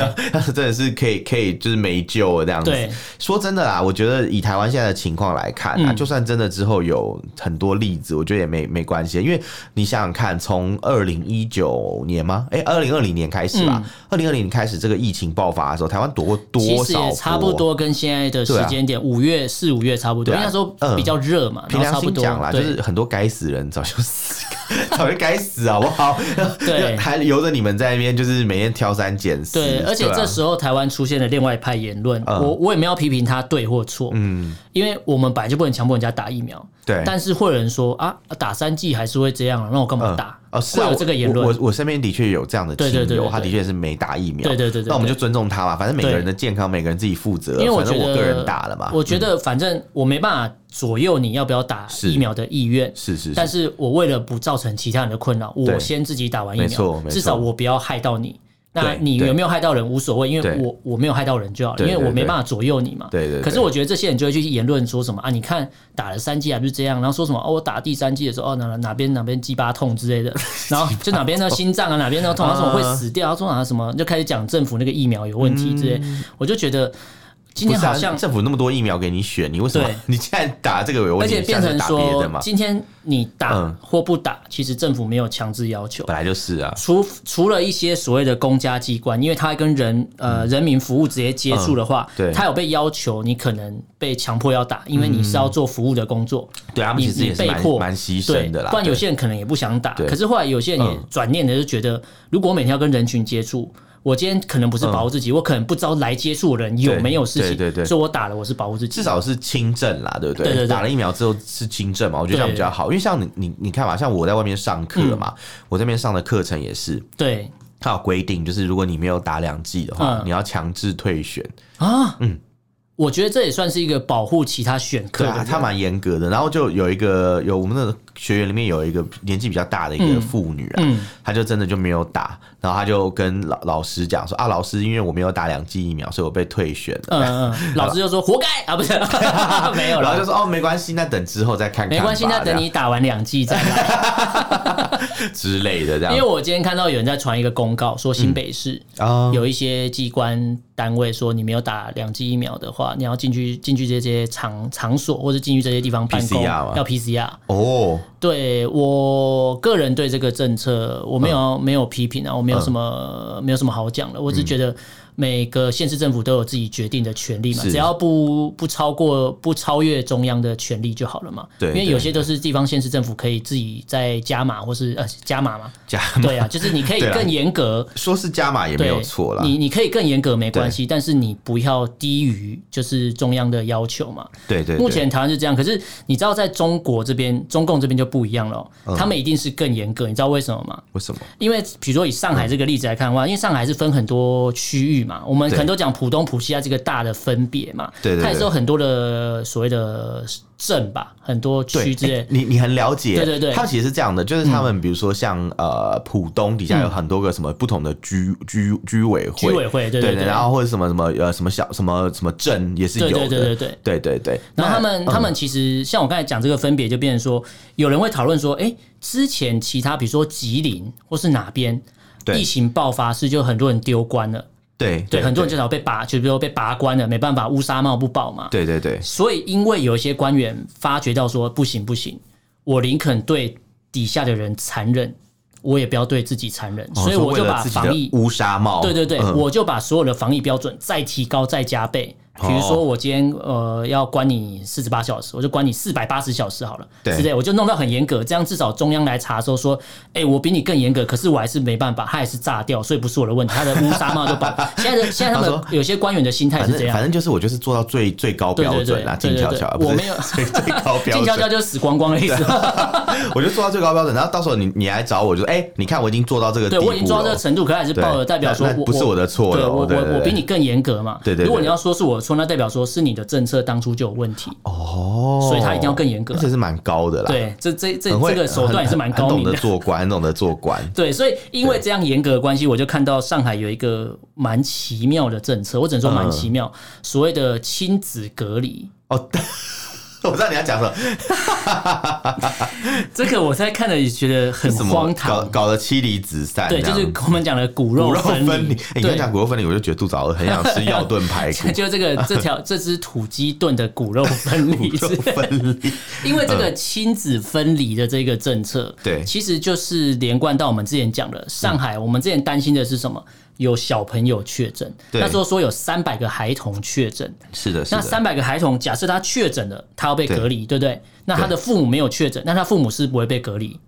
S2: 真的是可以可以就是没救了这样子
S1: 对。
S2: 说真的啦，我觉得以台湾现在的情况来看啊，
S1: 嗯
S2: 就算真的之后有很多例子，我觉得也没没关系，因为你想想看，从二零一九年吗？哎、2二零二零年开始
S1: 嗯
S2: 吧，二零二零年开始这个疫情爆发的时候，台湾躲过
S1: 其
S2: 多
S1: 实
S2: 少
S1: 也
S2: 波
S1: 差不。多跟现在的时间点，嗯五月四五月差不多，
S2: 对
S1: 因
S2: 啊
S1: 为那时候比较热嘛，
S2: 凭
S1: 然后
S2: 良
S1: 差不
S2: 心
S1: 多
S2: 讲啦，就
S1: 对
S2: 是很多该死人早就死， 早就该死好不好？
S1: 对
S2: 还由着你们在那边就是每天挑三拣四。
S1: 对，而且
S2: 啊
S1: 这时候台湾出现了另外一派言论，
S2: 嗯
S1: 我我也没有批评他对或错，嗯，因为我们本来就不能强迫人家打疫苗，
S2: 对
S1: 但是会有人说啊，打三剂还是会这样啊，那我干嘛打？
S2: 哦，是啊
S1: 会有这个言
S2: 我
S1: 论
S2: 我，我身边的确有这样的
S1: 对对对
S2: 亲友，
S1: 对对
S2: 他的确是没打疫苗。
S1: 对对对对
S2: 那我们就
S1: 对
S2: 尊重他嘛，反正每个
S1: 对
S2: 人的健康，每个人自己负责。
S1: 因为
S2: 反
S1: 觉
S2: 正
S1: 得
S2: 我个人打了嘛。嗯
S1: 我觉得反正我没办法左右你要不要打
S2: 是
S1: 疫苗的意愿，
S2: 是是
S1: 但
S2: 是，
S1: 是我为了不造成其他人的困扰，
S2: 对
S1: 我先自己打完疫
S2: 没错没
S1: 苗，
S2: 错
S1: 至少我不要害到你。那
S2: 对
S1: 你
S2: 对
S1: 有没有害到人无所谓，因为
S2: 对
S1: 我我没有害到人就好，
S2: 对
S1: 因为我
S2: 对
S1: 没
S2: 对
S1: 办法左右你嘛。
S2: 对对对
S1: 可是我觉得这些人就会去言论说什么啊，你看打了三剂还不是这样，然后说什么哦，我打第三剂的时候哦哪哪边哪边鸡巴痛之类 的，然后就哪边呢心脏啊哪边呢痛，他说我会死掉，他说哪什么就开始讲政府那个疫苗有问题之类，我就觉得。今天
S2: 啊不是啊
S1: 好像
S2: 政府那么多疫苗给你选，你为什么
S1: 对
S2: 你现在打这个有
S1: 而
S2: 问题？
S1: 且变成
S2: 你下次打别的
S1: 说
S2: 嘛，，
S1: 今天你打
S2: 嗯
S1: 或不打，其实政府没有强制要求。
S2: 本来就是啊，
S1: 除除了一些所谓的公家机关，因为他跟人呃人民服务直接接触的话，
S2: 嗯对
S1: 他有被要求，你可能被强迫要打，因为你是要做服务的工作，
S2: 对他们
S1: 你
S2: 其实也
S1: 你
S2: 嗯是
S1: 被
S2: 蛮
S1: 迫
S2: 蛮牺
S1: 对，
S2: 牲的啦。
S1: 不然有
S2: 对
S1: 些人可能也不想打，
S2: 对
S1: 可是后来有些人也
S2: 嗯
S1: 转念的就觉得，如果我每天要跟人群接触。我今天可能不是保护自己，我可能不知道来接触的人有没有事情，
S2: 嗯对对对对
S1: 所以我打了，我是保护自己。
S2: 至少是轻症啦，对不对？
S1: 对对对
S2: 打了疫苗之后是轻症嘛，我觉得这样比较好，因为像你你你看嘛，像我在外面上课嘛，
S1: 嗯
S2: 我这边上的课程也是，
S1: 对
S2: 它有规定，就是如果你没有打两剂的话，
S1: 嗯
S2: 你要强制退选。
S1: 啊，嗯，我觉得这也算是一个保护其他选课
S2: 对
S1: 的
S2: 啊，
S1: 人，
S2: 他蛮严格的。然后就有一个有我们的学员里面有一个年纪比较大的一个妇女啊，
S1: 嗯
S2: 她就真的就没有打，然后她就跟老老师讲说啊，老师，因为我没有打两剂疫苗，所以我被退选了。
S1: 嗯嗯， 嗯老师就说活该啊，不是没有
S2: 然后就
S1: 了，
S2: 说哦，没关系，那等之后再看看啊吧，
S1: 没关系，那等你打完两剂再 来。
S2: 这样之类的这样。
S1: 因为我今天看到有人在传一个公告，说新北市
S2: 啊，
S1: 有一些机关单位说，你没有打两剂疫苗的话，你要进去进去这些场场所或者进去这些地方办公
S2: PCR 吗
S1: 要 PCR。
S2: 哦，
S1: 对我个人对这个政策，我没有、
S2: 嗯
S1: 没有批评啊，我没有什么、没有什么好讲的，我只是觉得每个县市政府都有自己决定的权利嘛，
S2: 是
S1: 只要不不超过不超越中央的权利就好了嘛。
S2: 对
S1: 因为
S2: 对
S1: 有些都是地方县市政府可以自己再加码或是呃加码 嘛，
S2: 加
S1: 对啊，就是你可以
S2: 对啊
S1: 更严格。
S2: 说是加码也没
S1: 对，
S2: 有错啦。
S1: 你你可以更严格没关系，但是你不要低于就是中央的要求嘛。
S2: 对对，对
S1: 目前台湾是这样，可是你知道在中国这边，中共这边就不一样了哦、
S2: 嗯
S1: 他们一定是更严格。你知道为什么吗？
S2: 为什么？
S1: 因为比如说以上海这个例子来看的话，因为上海是分很多区域嘛，我们
S2: 对
S1: 可能都讲浦东、浦西啊这个大的分别嘛，
S2: 对对对
S1: 它也是有很多的所谓的镇吧，很多区之类
S2: 欸。你你很了解，
S1: 对对对嗯
S2: 他们其实是这样的，就是他们比如说像、呃浦东底下有很多个什么不同的居居居委会，
S1: 居委会对对对
S2: 然后或者什么什么呃什么小什么什么镇也是有
S1: 对
S2: 的，
S1: 对对对对。
S2: 对对对
S1: 然后他
S2: 那嗯
S1: 们、他们其实像我刚才讲这个分别，就变成说，有人会讨论说，哎、之前其他比如说吉林或是哪边
S2: 对
S1: 疫情爆发是就很多人丢官了，
S2: 对
S1: 对，很多人就少被拔，就比如说被拔官了，没办法，乌纱帽不保嘛。
S2: 对对对
S1: 所以因为有一些官员发觉到说，不行不行，我林肯对底下的人残忍，我也不要对自己残忍，
S2: 哦
S1: 所以我就
S2: 为了
S1: 把
S2: 自己
S1: 防
S2: 的
S1: 疫
S2: 乌纱帽，
S1: 对对对，
S2: 嗯
S1: 我就把所有的防疫标准再提高再加倍。
S2: 哦
S1: 比如说，我今天呃要关你四十八小时，我就关你四百八十小时好了，
S2: 对
S1: 之类，我就弄到很严格，这样至少中央来查的时候说，哎、我比你更严格，可是我还是没办法，他还是炸掉，所以不是我的问题，他的乌纱帽就把 现在的现在他
S2: 他
S1: 们有些官员的心态
S2: 反
S1: 是这
S2: 正反
S1: 样，
S2: 正就是我就是做到最最高标准啦，
S1: 对
S2: 静
S1: 对对
S2: 悄
S1: 对
S2: 悄，
S1: 对
S2: 啊不是
S1: 我没有
S2: 最最高 标
S1: 静
S2: 准
S1: 悄，悄就死光光的意思。
S2: 啊 我就做到最高标准，然后到时候你你来找我就说，哎、你看我已经做到这个地
S1: 对
S2: 步了，哦
S1: 我已经做到这个程度，可还是抱着
S2: 对
S1: 代表说
S2: 那那
S1: 我
S2: 不是我的错
S1: 对
S2: 了哦
S1: 我
S2: 对对
S1: 我我
S2: 对
S1: 比你更严格嘛。
S2: 对对对
S1: 如果你要说是我的错，那代表说是你的政策当初就有问题，
S2: 哦，
S1: 所以他一定要更严格啊
S2: 这是蛮高的啦，
S1: 对，这这这
S2: 很会
S1: 这个手段也是蛮高
S2: 很
S1: 明
S2: 懂
S1: 的
S2: 得。做官，很懂得做官。
S1: 对，所以因为这样严格的关系，我就看到上海有一个蛮奇妙的政策，我只能说
S2: 嗯
S1: 蛮奇妙，所谓的亲子隔离。
S2: 哦，我知道你要讲什么，
S1: 这个我在看了也觉得很
S2: 什么
S1: 荒
S2: 搞
S1: 唐。
S2: 搞得妻离子散这
S1: 对，
S2: 样，
S1: 就是我们讲的骨
S2: 骨
S1: 肉
S2: 肉分
S1: 离。。
S2: 离哎你刚
S1: 对
S2: 讲，骨肉分离，我就觉得肚子好饿，很想吃药炖排骨
S1: 就。就这个这条这只土鸡炖的骨肉分离，
S2: 骨肉分 离，
S1: 因为这个亲子分离的这个政策，
S2: 嗯对
S1: 其实就是连贯到我们之前讲的上海。我们之前担心的是什么？有小朋友确诊，
S2: 对
S1: 那时候说有三百个孩童确诊，
S2: 是的，是
S1: 那
S2: 的，
S1: 三百个孩童，假设他确诊了，他要被
S2: 对
S1: 隔离，对不对？那他的父母没有确诊，那他父母是不会被隔离。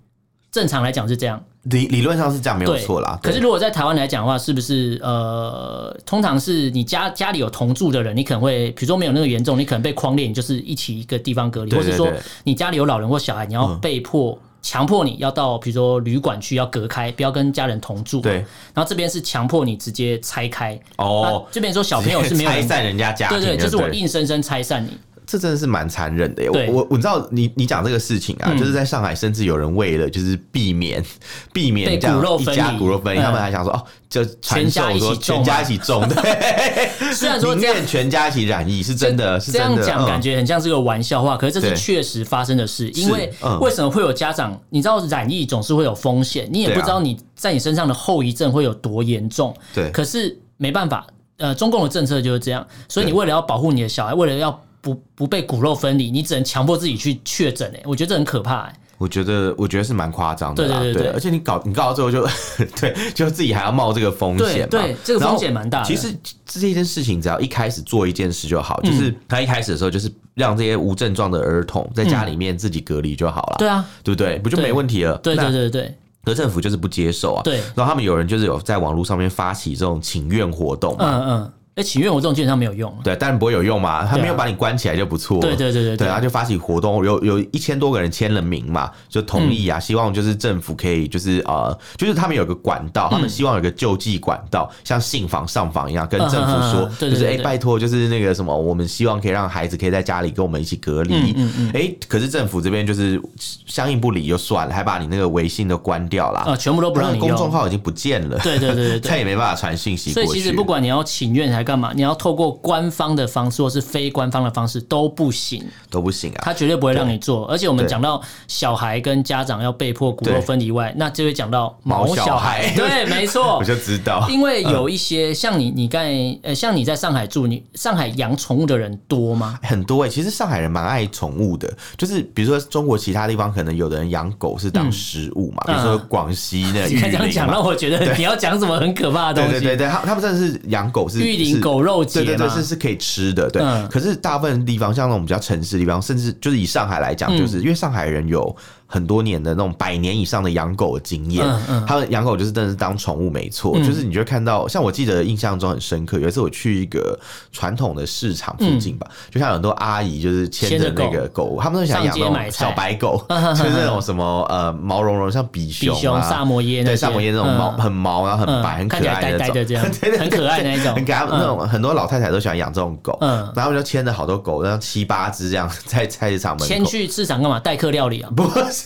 S1: 正常来讲是这样，
S2: 理理论上是这样，没有
S1: 对，
S2: 错啦。
S1: 可是
S2: 对
S1: 如果在台湾来讲的话，是不是呃，通常是你家家里有同住的人，你可能会，比如说没有那个严重，你可能被框列，你就是一起一个地方隔离，
S2: 对
S1: 或
S2: 对
S1: 是说
S2: 对嗯
S1: 你家里有老人或小孩，你要被迫。强迫你要到，比如说旅馆去，要隔开，不要跟家人同住。
S2: 对，
S1: 然后这边是强迫你直接拆开。
S2: 哦
S1: 那，这边说小朋友是没有
S2: 拆
S1: 人
S2: 散人家家庭，
S1: 对对，就是我
S2: 对
S1: 硬生生拆散你。
S2: 这真的是蛮残忍的耶！
S1: 对
S2: 我我我知道你你讲这个事情啊，
S1: 嗯
S2: 就是在上海，甚至有人为了就是避免 避免
S1: 被
S2: 这样
S1: 骨肉
S2: 一
S1: 分
S2: 家
S1: 离
S2: 骨肉分离，
S1: 嗯
S2: 他们还想说哦，就传
S1: 全家
S2: 授
S1: 一起
S2: 说
S1: 种
S2: 全家一起种， 对，
S1: 虽然说
S2: 宁
S1: 这样
S2: 愿全家一起染疫是真的，是
S1: 这
S2: 真
S1: 样
S2: 的，
S1: 讲
S2: 嗯
S1: 感觉很像是个玩笑话，可是这
S2: 对
S1: 是确实发生的事。因为
S2: 嗯
S1: 为什么会有家长？你知道染疫总是会有风险，你也
S2: 对啊
S1: 不知道你在你身上的后遗症会有多严重。
S2: 对
S1: 可是没办法，呃，中共的政策就是这样，所以你为了要保护你的小孩，为了要不不被骨肉分离，你只能强迫自己去确诊。哎，我觉得这很可怕、欸。
S2: 我觉得，我觉得是蛮夸张的啦，
S1: 对对对对
S2: 而且你搞你搞到最后就， 对，就自己还要冒这个风险嘛，
S1: 对对这个风险蛮大的
S2: 然后其实这这件事情，只要一开始做一件事就
S1: 嗯
S2: 好，就是他一开始的时候，就是让这些无症状的儿童在家里面自己隔离就好了，
S1: 对啊，
S2: 对不对？不就
S1: 对
S2: 没问题了？
S1: 对
S2: 那
S1: 对对对，
S2: 可政府就是不接受啊。
S1: 对
S2: 然后他们有人就是有在网络上面发起这种请愿活动嘛，
S1: 嗯嗯。哎，请愿我这种基本上没有用啊。
S2: 对，但不会有用嘛，他没有把你关起来就不
S1: 啊
S2: 错了。
S1: 对对对对
S2: 对，啊然后就发起活动，有有一千多个人签了名嘛，就同意啊，希望就是政府可以就是呃，就是他们有个管道，他们希望有个救济管道，像信访上访一样，跟
S1: 嗯
S2: 政
S1: 嗯嗯
S2: 府说
S1: 嗯，对对
S2: 就是
S1: 对
S2: 哎，
S1: 对
S2: 拜托，就是那个什么，我们希望可以让孩子可以在家里跟我们一起隔离。哎，可是政府这边就是相应不理就算了，还把你那个微信都关掉
S1: 啊，
S2: 了，
S1: 全部都不
S2: 那
S1: 让
S2: 个
S1: 你
S2: 公众
S1: 用。
S2: 号已经不见了，
S1: 对对对对对
S2: 再也没办法传信息
S1: 所
S2: 过
S1: 以
S2: 去。
S1: 其实不管你要请愿还干嘛，你要透过官方的方式或是非官方的方式都不行，
S2: 都不行啊，
S1: 他绝对不会让你做。而且我们
S2: 对
S1: 讲到小孩跟家长要被迫骨肉
S2: 对
S1: 分离外，那就会讲到
S2: 毛
S1: 毛
S2: 小
S1: 小孩
S2: 孩，
S1: 对，没错
S2: 我。嗯就知道。
S1: 因为有一些像你，你刚才呃，像你在上海住，你上海养宠物的人多吗？
S2: 很多哎、其实上海人蛮爱宠物的，就是比如说中国其他地方可能有的人养狗是当食物嘛，比如说广西那
S1: 嗯 你
S2: 玉
S1: 看这样
S2: 林
S1: 讲，
S2: 嘛，
S1: 让我觉得你要讲什么很可怕的
S2: 对
S1: 东
S2: 对对
S1: 西。
S2: 对，他他们真的是养狗是
S1: 玉林
S2: 是
S1: 狗肉节
S2: 对对对，
S1: 嘛
S2: 是，是可以吃的，对。
S1: 嗯
S2: 可是大部分地方，像那种比较城市地方，甚至就是以上海来
S1: 嗯
S2: 讲，就是、因为上海人有很多年的那种百年以上的养狗的经验，
S1: 嗯嗯
S2: 他们养狗就是真的是当宠物没错，就是你就会看到，像我记得印象中很深刻，有一次我去一个传统的市场附近
S1: 嗯
S2: 吧，就像很多阿姨就是牵着
S1: 牵着
S2: 那个狗，他们都
S1: 嗯
S2: 想
S1: 上
S2: 养
S1: 街
S2: 那
S1: 买
S2: 种
S1: 菜嗯
S2: 小白狗，就是那种什么呃毛茸茸像比
S1: 比
S2: 熊
S1: 熊、
S2: 啊。
S1: 萨摩耶那
S2: 对，
S1: 些，
S2: 萨摩耶那种
S1: 嗯
S2: 毛、很毛，然后很
S1: 嗯
S2: 白、很可
S1: 看起来
S2: 爱的那
S1: 呆呆
S2: 种，
S1: 的这样
S2: 对对对
S1: 很可爱那一种
S2: 很可爱。
S1: 嗯
S2: 那种很多老太太都喜欢养这种狗，
S1: 嗯
S2: 然后就牵着好多狗，然后七八只这样在菜市场门
S1: 先
S2: 口。
S1: 去市场干嘛？代客料理啊？
S2: 不是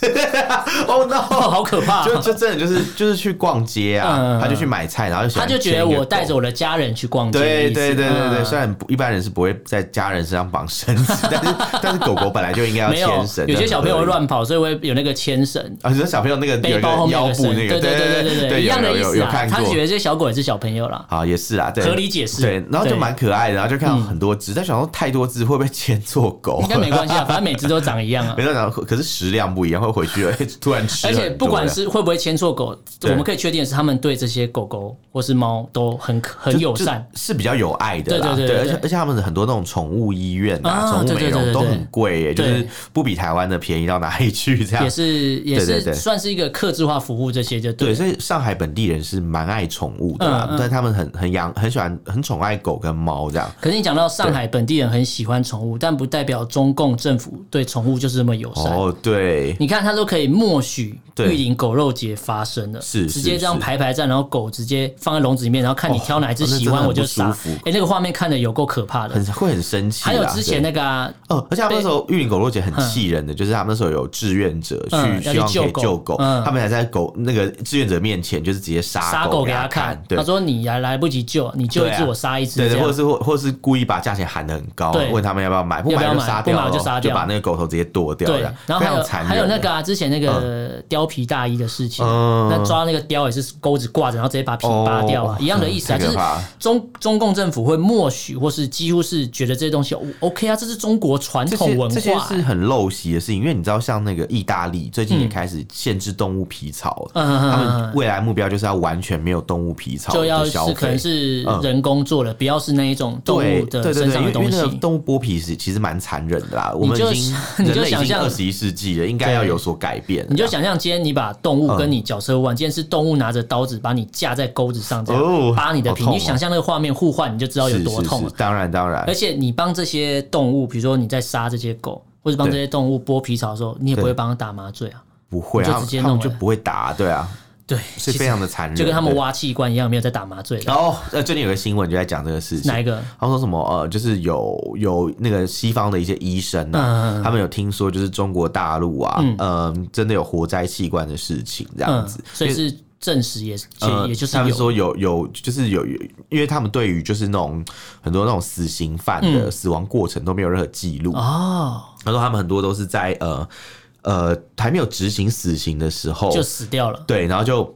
S2: ，Oh
S1: 哦，
S2: no！
S1: 好可怕、
S2: 就
S1: 啊！
S2: 就真的就是就是去逛街啊，
S1: 嗯
S2: 他就去买菜，然后就喜
S1: 他
S2: 欢
S1: 就觉
S2: 牵
S1: 得
S2: 一个
S1: 我
S2: 狗
S1: 带着我的家人去逛街的意
S2: 对
S1: 思，
S2: 对对对对，
S1: 嗯
S2: 虽然不一般人是不会在家人身上绑绳子，但是但是狗狗本来就应该要
S1: 没有
S2: 牵绳。
S1: 有些小朋友
S2: 这
S1: 会
S2: 样
S1: 乱跑，所以会有那个牵绳。
S2: 啊，你说小朋友那个有
S1: 背
S2: 一个
S1: 包后面
S2: 腰
S1: 有绳，
S2: 部那
S1: 对
S2: 个，
S1: 对
S2: 对
S1: 对
S2: 对，
S1: 一样的
S2: 有
S1: 意
S2: 有
S1: 思
S2: 有
S1: 啊。
S2: 看
S1: 他
S2: 过
S1: 觉得这小狗也是小朋友啦，
S2: 好，啊也是啦，对，
S1: 合理解释
S2: 对，然后就
S1: 对嗯
S2: 蛮可爱的，然后就看到很多只，但想说太多只会不会牵错狗？
S1: 应 该没关系啊，反正每只都长一样啊
S2: 没。办法，可是食量不一样，会回去会 突然吃
S1: 而
S2: 很多的。
S1: 且不管是会不会牵错狗，我
S2: 啊对
S1: 们可以确定的是，他们对这些狗狗或是猫都很很
S2: 就
S1: 友善。，
S2: 就是比较有爱的啦。
S1: 对对对
S2: 而且
S1: 对
S2: 而且他们很多那种宠物医院
S1: 啊
S2: 啊、宠物美
S1: 对对对
S2: 容
S1: 对
S2: 都
S1: 对
S2: 很贵耶，就
S1: 对
S2: 是不比台湾的便宜到哪里去这样
S1: 也。是也
S2: 啊对对对
S1: 是算是一个客制化服务，这些就
S2: 对，
S1: 对。
S2: 所以上海本地人是蛮爱宠物的啦，
S1: 嗯嗯
S2: 但他们很很养、很喜欢、很宠爱狗跟猫这样。
S1: 可是你讲到上海本地人很喜欢宠物，但不代表中共政府对宠物就是这么友善。
S2: 哦，对，
S1: 你看，他都可以默许
S2: 对
S1: 玉林狗肉节发生了，
S2: 是
S1: 直
S2: 是
S1: 接这样
S2: 是
S1: 排排站，然后狗直接放在笼子里面，然后看你
S2: 哦
S1: 挑哪一只
S2: 那
S1: 喜
S2: 真的
S1: 欢
S2: 很
S1: 我就
S2: 不舒
S1: 杀
S2: 服。
S1: 哎，那个画面看的有够可怕的
S2: 很。会很生气啦。
S1: 还有之前
S2: 对
S1: 那个啊，
S2: 哦，而且他们那时候玉林狗肉节很气人的，就是他们那时候有志愿者
S1: 嗯
S2: 去希望可
S1: 要去
S2: 以
S1: 救狗
S2: 救狗
S1: 嗯，
S2: 他们还在狗那个志愿者面前就是直接杀
S1: 杀狗
S2: 啊给
S1: 给他
S2: 看
S1: 看，，
S2: 对
S1: 他。说你还来不及救，你救一
S2: 对
S1: 只
S2: 啊
S1: 我杀一只，
S2: 对
S1: 这
S2: 对，或者
S1: 样。
S2: 是或或是故意把价钱喊得很高
S1: 对，
S2: 问他们要不要买，不
S1: 要
S2: 买
S1: 不
S2: 就
S1: 要买
S2: 杀
S1: 不买
S2: 掉
S1: 就
S2: 咯，
S1: 杀
S2: 就
S1: 掉
S2: 把那个狗头直接剁掉
S1: 对
S2: 了，，
S1: 然后
S2: 非
S1: 还有
S2: 常残忍
S1: 还有那个啊，之前那个貂皮大衣的事情，
S2: 嗯
S1: 那抓那个貂也是钩子挂着，然后直接把皮扒掉啊
S2: 哦，
S1: 一样的意思啊，
S2: 太
S1: 就
S2: 可
S1: 是
S2: 怕
S1: 中中共政府会默许或是几乎是觉得这些东西哦 OK 啊，这是中国传
S2: 这
S1: 统
S2: 些
S1: 文
S2: 这些
S1: 化
S2: 是
S1: 欸，
S2: 很陋习的事情，因为你知道，像那个意大利最近也开始限制动物皮草，
S1: 嗯嗯嗯
S2: 他
S1: 嗯
S2: 们未来目标就是要完全没有动物皮草
S1: 就要
S2: 的
S1: 是
S2: 消
S1: 可
S2: 费
S1: 能。是人工做的，不要是那一种动
S2: 对
S1: 物
S2: 对
S1: 的
S2: 对
S1: 身
S2: 对，
S1: 上
S2: 因为
S1: 的
S2: 因为
S1: 东
S2: 那个
S1: 西。
S2: 动物剥皮是其实蛮残忍的啦。我们
S1: 就
S2: 已经
S1: 你就
S2: 人类已
S1: 想
S2: 经
S1: 象
S2: 二十一世纪了，应该要有所改变了。
S1: 你就想象今天你把动物跟你角色互换，今天是动物拿着刀子把你架在钩子上，这样
S2: 哦
S1: 扒你的皮，
S2: 好痛哦
S1: 你想象那个画面互换，你就知道有
S2: 是
S1: 多
S2: 是
S1: 痛了啊哎
S2: 是，。当然当然
S1: 而，且你帮这些动物，比如说你在杀这些狗，或者帮这
S2: 对
S1: 些动物剥皮草的时候，你也不
S2: 对
S1: 会帮它打麻醉啊。
S2: 不会
S1: 你就
S2: 啊，他
S1: 直接
S2: 们他们
S1: 弄
S2: 就
S1: 了
S2: 不会打，对啊，
S1: 对，
S2: 是
S1: 其
S2: 非
S1: 实
S2: 常的残忍，
S1: 就跟他们
S2: 对
S1: 挖器官一样，没有在打麻醉的。
S2: 然后呃，最近有个新闻就在讲这个事情，
S1: 哪一个？
S2: 他说什么呃，就是有有那个西方的一些医生
S1: 嗯嗯
S2: 啊，
S1: 嗯
S2: 他们有听说就是中国大陆啊，嗯、真的有活摘器官的事情这样
S1: 嗯
S2: 子，，
S1: 所以是证实也，也
S2: 呃
S1: 也就是
S2: 他们
S1: 有。
S2: 说有有就是有，有因为他们对于就是那种很多那种死刑犯的死亡过程都没有任何记录，
S1: 嗯哦，
S2: 他说他们很多都是在呃呃还没有执行死刑的时候
S1: 就死掉了。
S2: 对，然后就。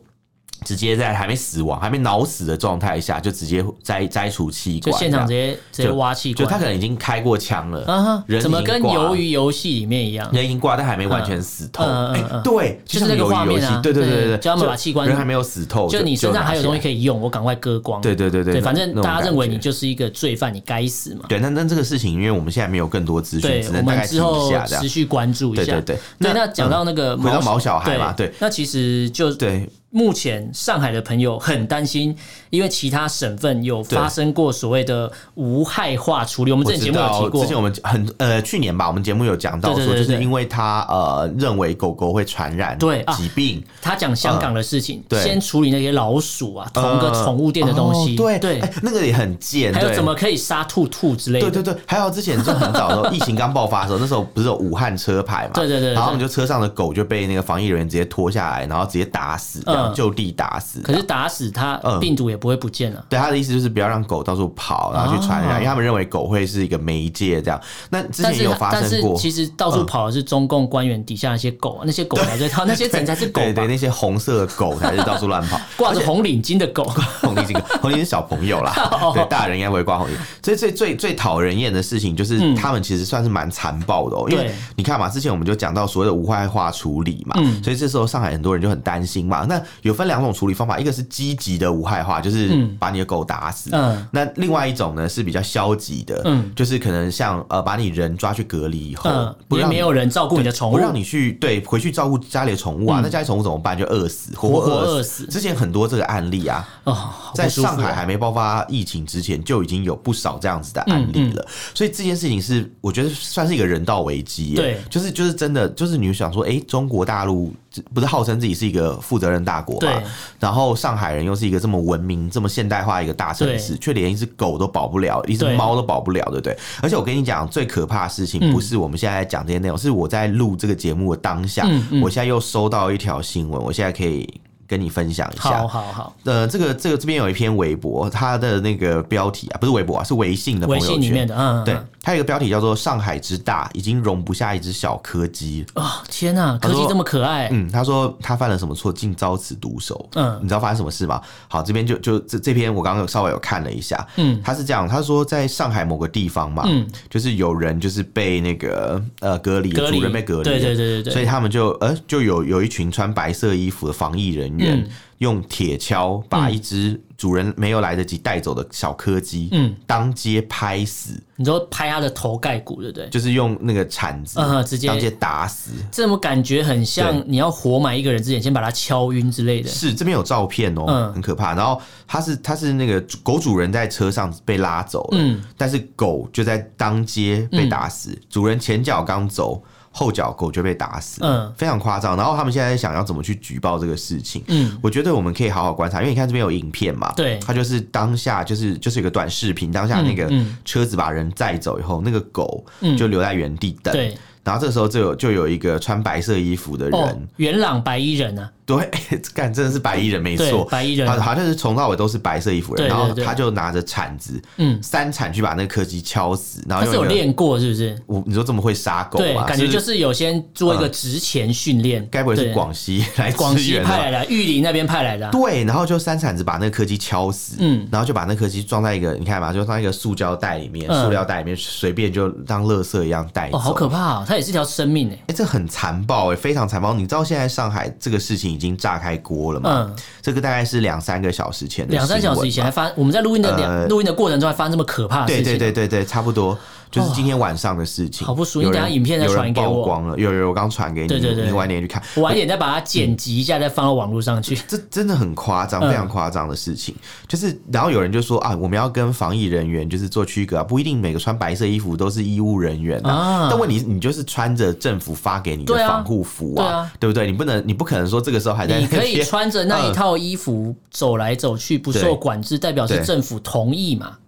S2: 直接在还没死亡、还没脑死的状态下，就直接摘摘除气
S1: 就
S2: 管，
S1: 现场直
S2: 这样
S1: 接直接挖气
S2: 就
S1: 管，
S2: 他可能已经开过枪了，
S1: 啊哈
S2: 人已经
S1: 怎么跟
S2: 挂了
S1: 鱿鱼游戏里面一样？
S2: 人已经挂，但还没完全死透。
S1: 嗯嗯嗯
S2: 哎
S1: 嗯
S2: 对，
S1: 就是
S2: 像
S1: 那个
S2: 鱿
S1: 画
S2: 鱼游
S1: 面
S2: 戏
S1: 啊，
S2: 对对
S1: 对
S2: 对对，
S1: 就他们
S2: 就
S1: 把器官
S2: 人还没有死透，
S1: 就你身上还有东西
S2: 以。
S1: 可以用，我赶快割光。
S2: 对对对对
S1: 对，反正
S2: 那种
S1: 大家认为
S2: 感觉
S1: 你就是一个罪犯，你该死嘛。
S2: 对，那那这个事情，因为我们现在没有更多资讯，
S1: 对
S2: 只，
S1: 我
S2: 能大概
S1: 们
S2: 听
S1: 之
S2: 一
S1: 后
S2: 下这样
S1: 持。续关注一下。
S2: 对对对那嗯
S1: 那讲到那个
S2: 回到毛小孩嘛对，
S1: 那其实就
S2: 对，
S1: 目前上海的朋友很担心，因为其他省份有发生过所谓的无害化处理，我们
S2: 我
S1: 之前节
S2: 知
S1: 目有
S2: 道
S1: 提过
S2: 之。前我们很呃去年吧，我们节目有讲到
S1: 对对
S2: 说，
S1: 对
S2: 就
S1: 对
S2: 是因为他呃认为狗狗会传染
S1: 对啊
S2: 疾病，
S1: 他讲香港的事情，
S2: 嗯对嗯
S1: 先处理那些老鼠啊，同个宠物店的东西，
S2: 哦对
S1: 对，
S2: 哎那个也很贱，
S1: 还有
S2: 对
S1: 怎么可以杀兔兔之类的，
S2: 对对对，还有之前就很早的 时候，疫情刚爆发的时候，那时候不是有武汉车牌嘛？
S1: 对对对对
S2: 然后我们就车上的狗就被那个防疫人员直接拖下来，然后直接打死，这样
S1: 嗯
S2: 就地打死。
S1: 可是打死它，
S2: 嗯
S1: 病毒也不会不见了。
S2: 对他的意思就是不要让狗到处跑，然后去传染，
S1: 啊
S2: 因为他们认为狗会是一个媒介这样。那之
S1: 但
S2: 前也
S1: 是
S2: 有发
S1: 但
S2: 生
S1: 是
S2: 过，嗯
S1: 其实到处跑的是中共官员底下那些狗，啊，那些狗才最讨，那些人才是狗
S2: 对对，
S1: 吧？
S2: 那些红色的狗才是到处乱跑，
S1: 挂着红领巾的狗，
S2: 红领巾， 红领巾是小朋友啦
S1: 哦，
S2: 对，大人应该不会挂红领巾。所以最最最讨人厌的事情就是，他们其实算是蛮残暴的哦、因为
S1: 嗯对
S2: 你看嘛，之前我们就讲到所谓的无害化处理嘛，
S1: 嗯
S2: 所以这时候上海很多人就很担心嘛。那有分两种处理方法，一个是积极的无害化，就是把你的狗打死。
S1: 嗯
S2: 那另外一种呢是比较消极的，
S1: 嗯
S2: 就是可能像呃把你人抓去隔离以后，
S1: 嗯，
S2: 不
S1: 也
S2: 让
S1: 没
S2: 你
S1: 有人照顾你的宠物嗯
S2: 不，让你去对回去照顾家里的宠物啊，那家里宠物怎么办？就饿死，活
S1: 活
S2: 饿
S1: 饿死
S2: 之前很多这个案例啊，
S1: 哦，好
S2: 在
S1: 不舒服
S2: 上
S1: 啊
S2: 海还没爆发疫情之前，就已经有不少这样子的案
S1: 嗯
S2: 例了。所以这件事情是，我觉得算是一个人道危机耶。
S1: 对
S2: 就是就是真的，就是你想说，哎、中国大陆不是号称自己是一个负责任大国嘛
S1: 对？
S2: 然后上海人又是一个这么文明、这么现代化的一个大城市，
S1: 对
S2: 却连一只狗都保不了，一只
S1: 对嗯
S2: 猫都保不了，对不对？而且我跟你讲，最可怕的事情不是我们现在讲这些内容，是我在录这个节目的当下，
S1: 嗯嗯
S2: 我现在又收到一条新闻，我现在可以跟你分享一下。
S1: 好好好，
S2: 呃，这个这个这边有一篇微博，它的那个标题啊，不是微博啊，是微信的朋
S1: 微
S2: 友圈。
S1: 信里面的，嗯，嗯
S2: 对
S1: 嗯，
S2: 它有一个标题叫做“上海之大已经容不下一只小柯基
S1: 啊，天呐，
S2: 他
S1: 科
S2: 说
S1: 技这么可”。爱，
S2: 嗯，他说他犯了什么错，竟遭此毒手。
S1: 嗯
S2: 你知道发生什么事吗？好，这边就就这这篇我刚刚有稍微有看了一下，
S1: 嗯
S2: 他是这样，他说在上海某个地方嘛，
S1: 嗯
S2: 就是有人就是被那个呃隔离，
S1: 隔离
S2: 主人被隔离，
S1: 对对对对对
S2: 所以他们就呃就有有一群穿白色衣服的防疫人员、
S1: 嗯
S2: 用铁锹把一只主人没有来得及带走的小柯基，
S1: 嗯，
S2: 当街拍死，
S1: 你说拍它的头盖骨，对不对？
S2: 就是用那个铲子、
S1: 嗯直接
S2: 当街打死，
S1: 这么感觉很像
S2: 对
S1: 你要活埋一个人之前，先把它敲晕之类的。
S2: 是这边有照片哦、
S1: 嗯
S2: 很可怕。然后他是他是那个主狗主人在车上被拉走了，
S1: 嗯
S2: 但是狗就在当街被打死，主人前脚刚走。后脚狗就被打死，
S1: 嗯
S2: 非常夸张。然后他们现在想要怎么去举报这个事情？
S1: 嗯，
S2: 我觉得我们可以好好观察，因为你看这边有影片嘛，
S1: 对
S2: 它就是当下就是就是有个短视频，当下那个
S1: 嗯嗯
S2: 车子把人载走以后，那个狗
S1: 嗯
S2: 就留在原地等。
S1: 对，
S2: 然后这时候就有就有一个穿白色衣服的人，
S1: 哦，元朗白衣人啊，
S2: 对， 干真的是白衣人没错
S1: 对，白衣人啊
S2: 好好像是从头到尾都是白色衣服人，
S1: 对
S2: 然后
S1: 对对
S2: 他就拿着铲子，
S1: 嗯
S2: 三铲去把那个柯基敲死，然后
S1: 他是有
S2: 用一个
S1: 练过是不是？
S2: 我你说这么会杀狗啊
S1: 对，
S2: 吗？
S1: 感觉就是是有先做一个职前训练，
S2: 该不会是
S1: 对
S2: 广西来
S1: 广
S2: 支
S1: 西
S2: 援的
S1: 派来
S2: 吧？
S1: 的，玉林那边派来的啊，
S2: 对，然后就三铲子把那个柯基敲死，
S1: 嗯
S2: 然后就把那柯基装在一个，你看嘛，就装在一个塑胶袋里面，
S1: 嗯
S2: 塑料袋里面随便就当垃圾一样带走，
S1: 哦，好可怕哦，它也是条生命哎，
S2: 哎、这很残暴哎、非常残暴。你知道现在上海这个事情已经炸开锅了吗？
S1: 嗯
S2: 这个大概是两三个小时前的
S1: 两三
S2: 新
S1: 小
S2: 闻
S1: 时以前
S2: 吧
S1: 还发，我们在录音的两
S2: 呃
S1: 录音的过程中还发生这么可怕的啊事
S2: 对
S1: 情，
S2: 对对对对，差不多就是今天晚上的事情。
S1: 哇好不舒服
S2: 有人
S1: 你等下影片再传给我
S2: 有人曝光了，有有有我刚传给你，
S1: 对对对
S2: 你晚点去看。
S1: 我晚一点再把它剪辑一下，再放到网络上去。
S2: 这真的很夸张，
S1: 嗯
S2: 非常夸张的事情。就是，然后有人就说啊，我们要跟防疫人员就是做区隔、啊，不一定每个穿白色衣服都是医务人员啊。
S1: 啊
S2: 但问题是，你就是穿着政府发给你的
S1: 对啊
S2: 防护服
S1: 对
S2: 啊，
S1: 啊
S2: 不对？你不能，你不可能说这个时候还在
S1: 你
S2: 那
S1: 可以
S2: 边
S1: 穿着那一套衣服走来走去，不受
S2: 对
S1: 管制，代表是
S2: 对
S1: 政府同意嘛？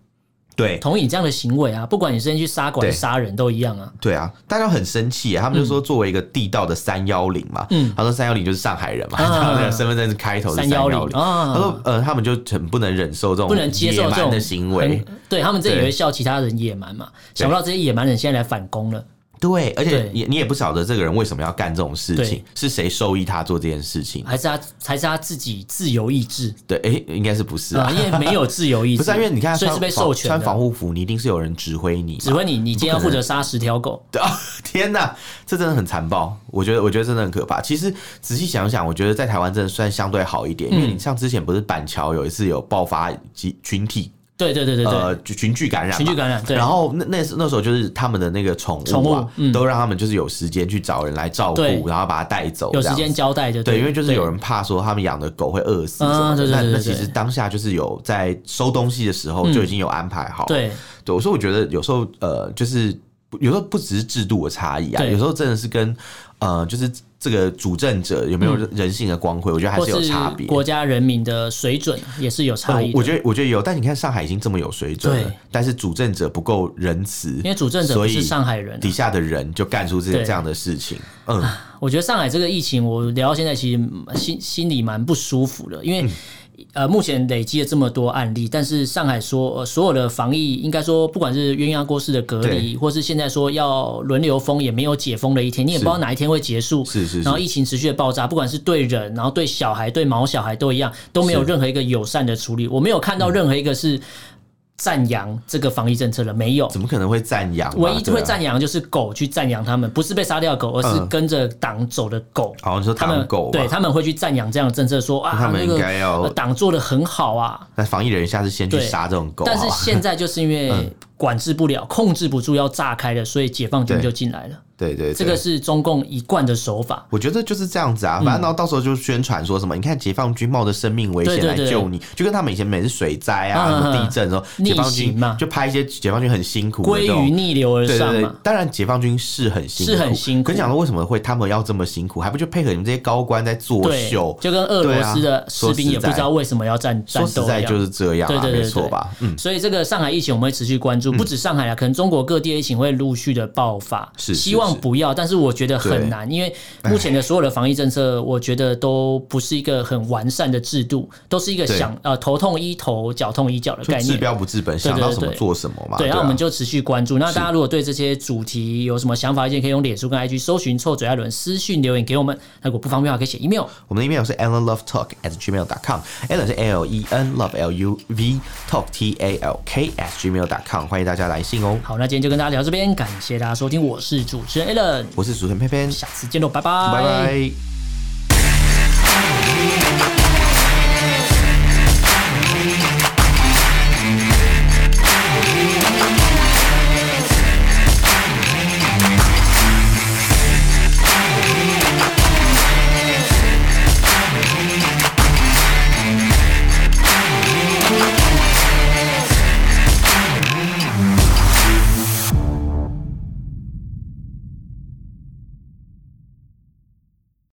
S2: 对
S1: 同意你这样的行为啊，不管你是先去杀狗还是
S2: 对
S1: 杀人都一样啊。
S2: 对啊，大家很生气啊，他们就说作为一个地道的三幺零嘛，
S1: 嗯
S2: 他说三幺零就是上海人嘛，
S1: 啊
S2: 然后 那个身份证是开头是三幺
S1: 310
S2: 零，
S1: 啊
S2: 他说呃，他们就很不能忍受这种
S1: 不能接受
S2: 野
S1: 这
S2: 蛮
S1: 种
S2: 的行为
S1: 很，对他们自己
S2: 对
S1: 会笑其他人野蛮嘛？
S2: 对
S1: 想不到这些野蛮人现在来反攻了。
S2: 对，而且
S1: 对
S2: 也你也不晓得这个人为什么要干这种事情
S1: 对，
S2: 是谁授意他做这件事情？
S1: 还是他还是他自己自由意志
S2: 对，哎、应该是不是
S1: 啊？
S2: 啊？
S1: 因为没有自由意志，
S2: 不是、啊，因为你看他
S1: 所以
S2: 穿
S1: 是被
S2: 防
S1: 授权
S2: 穿
S1: 的
S2: 防护服，你一定是有人指挥你嘛。
S1: 指挥你，你今天要负责杀十条狗，
S2: 对啊， 天哪，这真的很残暴。我觉得，我觉得真的很可怕。其实仔细想想，我觉得在台湾真的算相对好一点，因为
S1: 嗯
S2: 你像之前不是板桥有一次有爆发集群体
S1: 对对对对对，
S2: 呃群群聚感染嘛，
S1: 群聚感染对
S2: 然后那那时那时候就是他们的那个宠
S1: 宠
S2: 物
S1: 物嗯
S2: 啊，都让他们就是有时间去找人来照顾
S1: 对，
S2: 然后把它带走，
S1: 有时
S2: 这样
S1: 间
S2: 子
S1: 交代就
S2: 对，因为就是有
S1: 人
S2: 人怕说他们养的狗会饿死什
S1: 啊
S2: 么的，
S1: 对对
S2: 那
S1: 对
S2: 那
S1: 对
S2: 其实
S1: 对
S2: 当下就是有在收东西的时候
S1: 嗯
S2: 就已经有安排好了，
S1: 对
S2: 对，我说我觉得有时候呃，就是有时候不只是制度的差异啊，
S1: 对
S2: 有时候真的是跟呃，就是这个主政者有没有人性的光辉，我觉得还
S1: 或
S2: 是有差别。
S1: 国家人民的水准也是有差
S2: 但
S1: 异
S2: 我
S1: 的。
S2: 觉得，我觉得有，但你看上海已经这么有水准了
S1: 对，
S2: 但是主政者不够仁慈，
S1: 因为主政者不
S2: 所以
S1: 是上海人啊、
S2: 底下的人就干出这
S1: 对啊
S2: 这样的事情，嗯，
S1: 我觉得上海这个疫情，我聊到现在，其实嗯心心里蛮不舒服的，因
S2: 嗯
S1: 为、呃，目前累积了这么多案例，但是上海说、呃、所有的防疫，应该说不管是鸳鸯锅式的隔离，或是现在说要轮流封，也没有解封的一天，你也不知道哪一天会结束。
S2: 是是
S1: 然后
S2: 是，
S1: 疫情持续的爆炸，不管是对人，然后对小孩、对毛小孩都一样，都没有
S2: 是嗯
S1: 任何一个友善的处理。我没有看到任何一个是赞扬这个防疫政策的，没有。
S2: 怎么可能会赞扬嘛？
S1: 唯一
S2: 对啊
S1: 会赞扬就是狗去赞扬他们，不是被杀掉的狗，而是
S2: 嗯
S1: 跟着党走的狗。
S2: 哦，你说
S1: 他
S2: 党
S1: 们
S2: 狗
S1: 对
S2: 嘛？
S1: 他们会去赞扬这样的政策，说啊，
S2: 他们
S1: 那个
S2: 应该要
S1: 呃党做的很好啊。
S2: 那防疫人员下次先去
S1: 对
S2: 杀这种狗好啊嗯
S1: 但
S2: 了，
S1: 是现在就是因 为管制不了、控制不住要炸开了，所以解放军
S2: 对
S1: 就进来了。
S2: 对对，对
S1: 这个是嗯中共一贯的手法。
S2: 我觉得就是这样子啊，反正到到时候就宣传说什么，你看解放军冒着生命危险
S1: 对对
S2: 来
S1: 对
S2: 救你，就跟他们以前每次水灾啊、
S1: 嗯
S2: 什么
S1: 嗯
S2: 地震的时候，
S1: 逆
S2: 解放
S1: 行
S2: 军
S1: 嘛
S2: 就拍一些解放军很辛苦的
S1: 归
S2: 这
S1: 于
S2: 种。
S1: 逆流而
S2: 对
S1: 上
S2: 对对
S1: 嘛，，
S2: 当然解放军是很辛苦，
S1: 是很辛苦
S2: 可你想说为什么会他们要这么辛苦，还不就配合你们这些高官在作
S1: 对，
S2: 秀？
S1: 就跟俄罗斯
S2: 对
S1: 的
S2: 啊
S1: 士兵也不知道为什么要战战
S2: 说
S1: 斗
S2: 实
S1: 一
S2: 在
S1: 样。
S2: 就是这样
S1: 对
S2: 啊，
S1: 对对
S2: 没
S1: 对
S2: 错吧？嗯，
S1: 所以这个上海疫情我们会持续关注，不止上海啦，可能中国各地的疫情会陆续的爆发，
S2: 是是
S1: 希望
S2: 是
S1: 不要，但是我觉得很
S2: 对
S1: 难，因为目前的所有的防疫政策，我觉得都不是一个很完善的制度，都是一个
S2: 对
S1: 想呃头痛医头，脚痛医脚的
S2: 就
S1: 概
S2: 治
S1: 念。
S2: 标不治本，
S1: 对对
S2: 想到什么
S1: 对
S2: 做什么嘛。
S1: 对，
S2: 对
S1: 那
S2: 啊，
S1: 我们就持续关注。那大家
S2: 是
S1: 如果对这些主题有什么想法意见，可以用脸书跟 IG 搜寻“臭嘴艾伦”私讯留言给我们。那如果不方便的话，可以写 email。
S2: 我们的 email 是 allenlovetalk at gmail dot com。Allen 是 L E N love L U V talk T A L K at gmail dot com，欢迎大家来信哦。
S1: 好，那今天就跟大家聊到这边，感谢大家收听，我是主持人 Alan，
S2: 我是主持人偏偏，
S1: 下次见喽，拜
S2: 拜拜。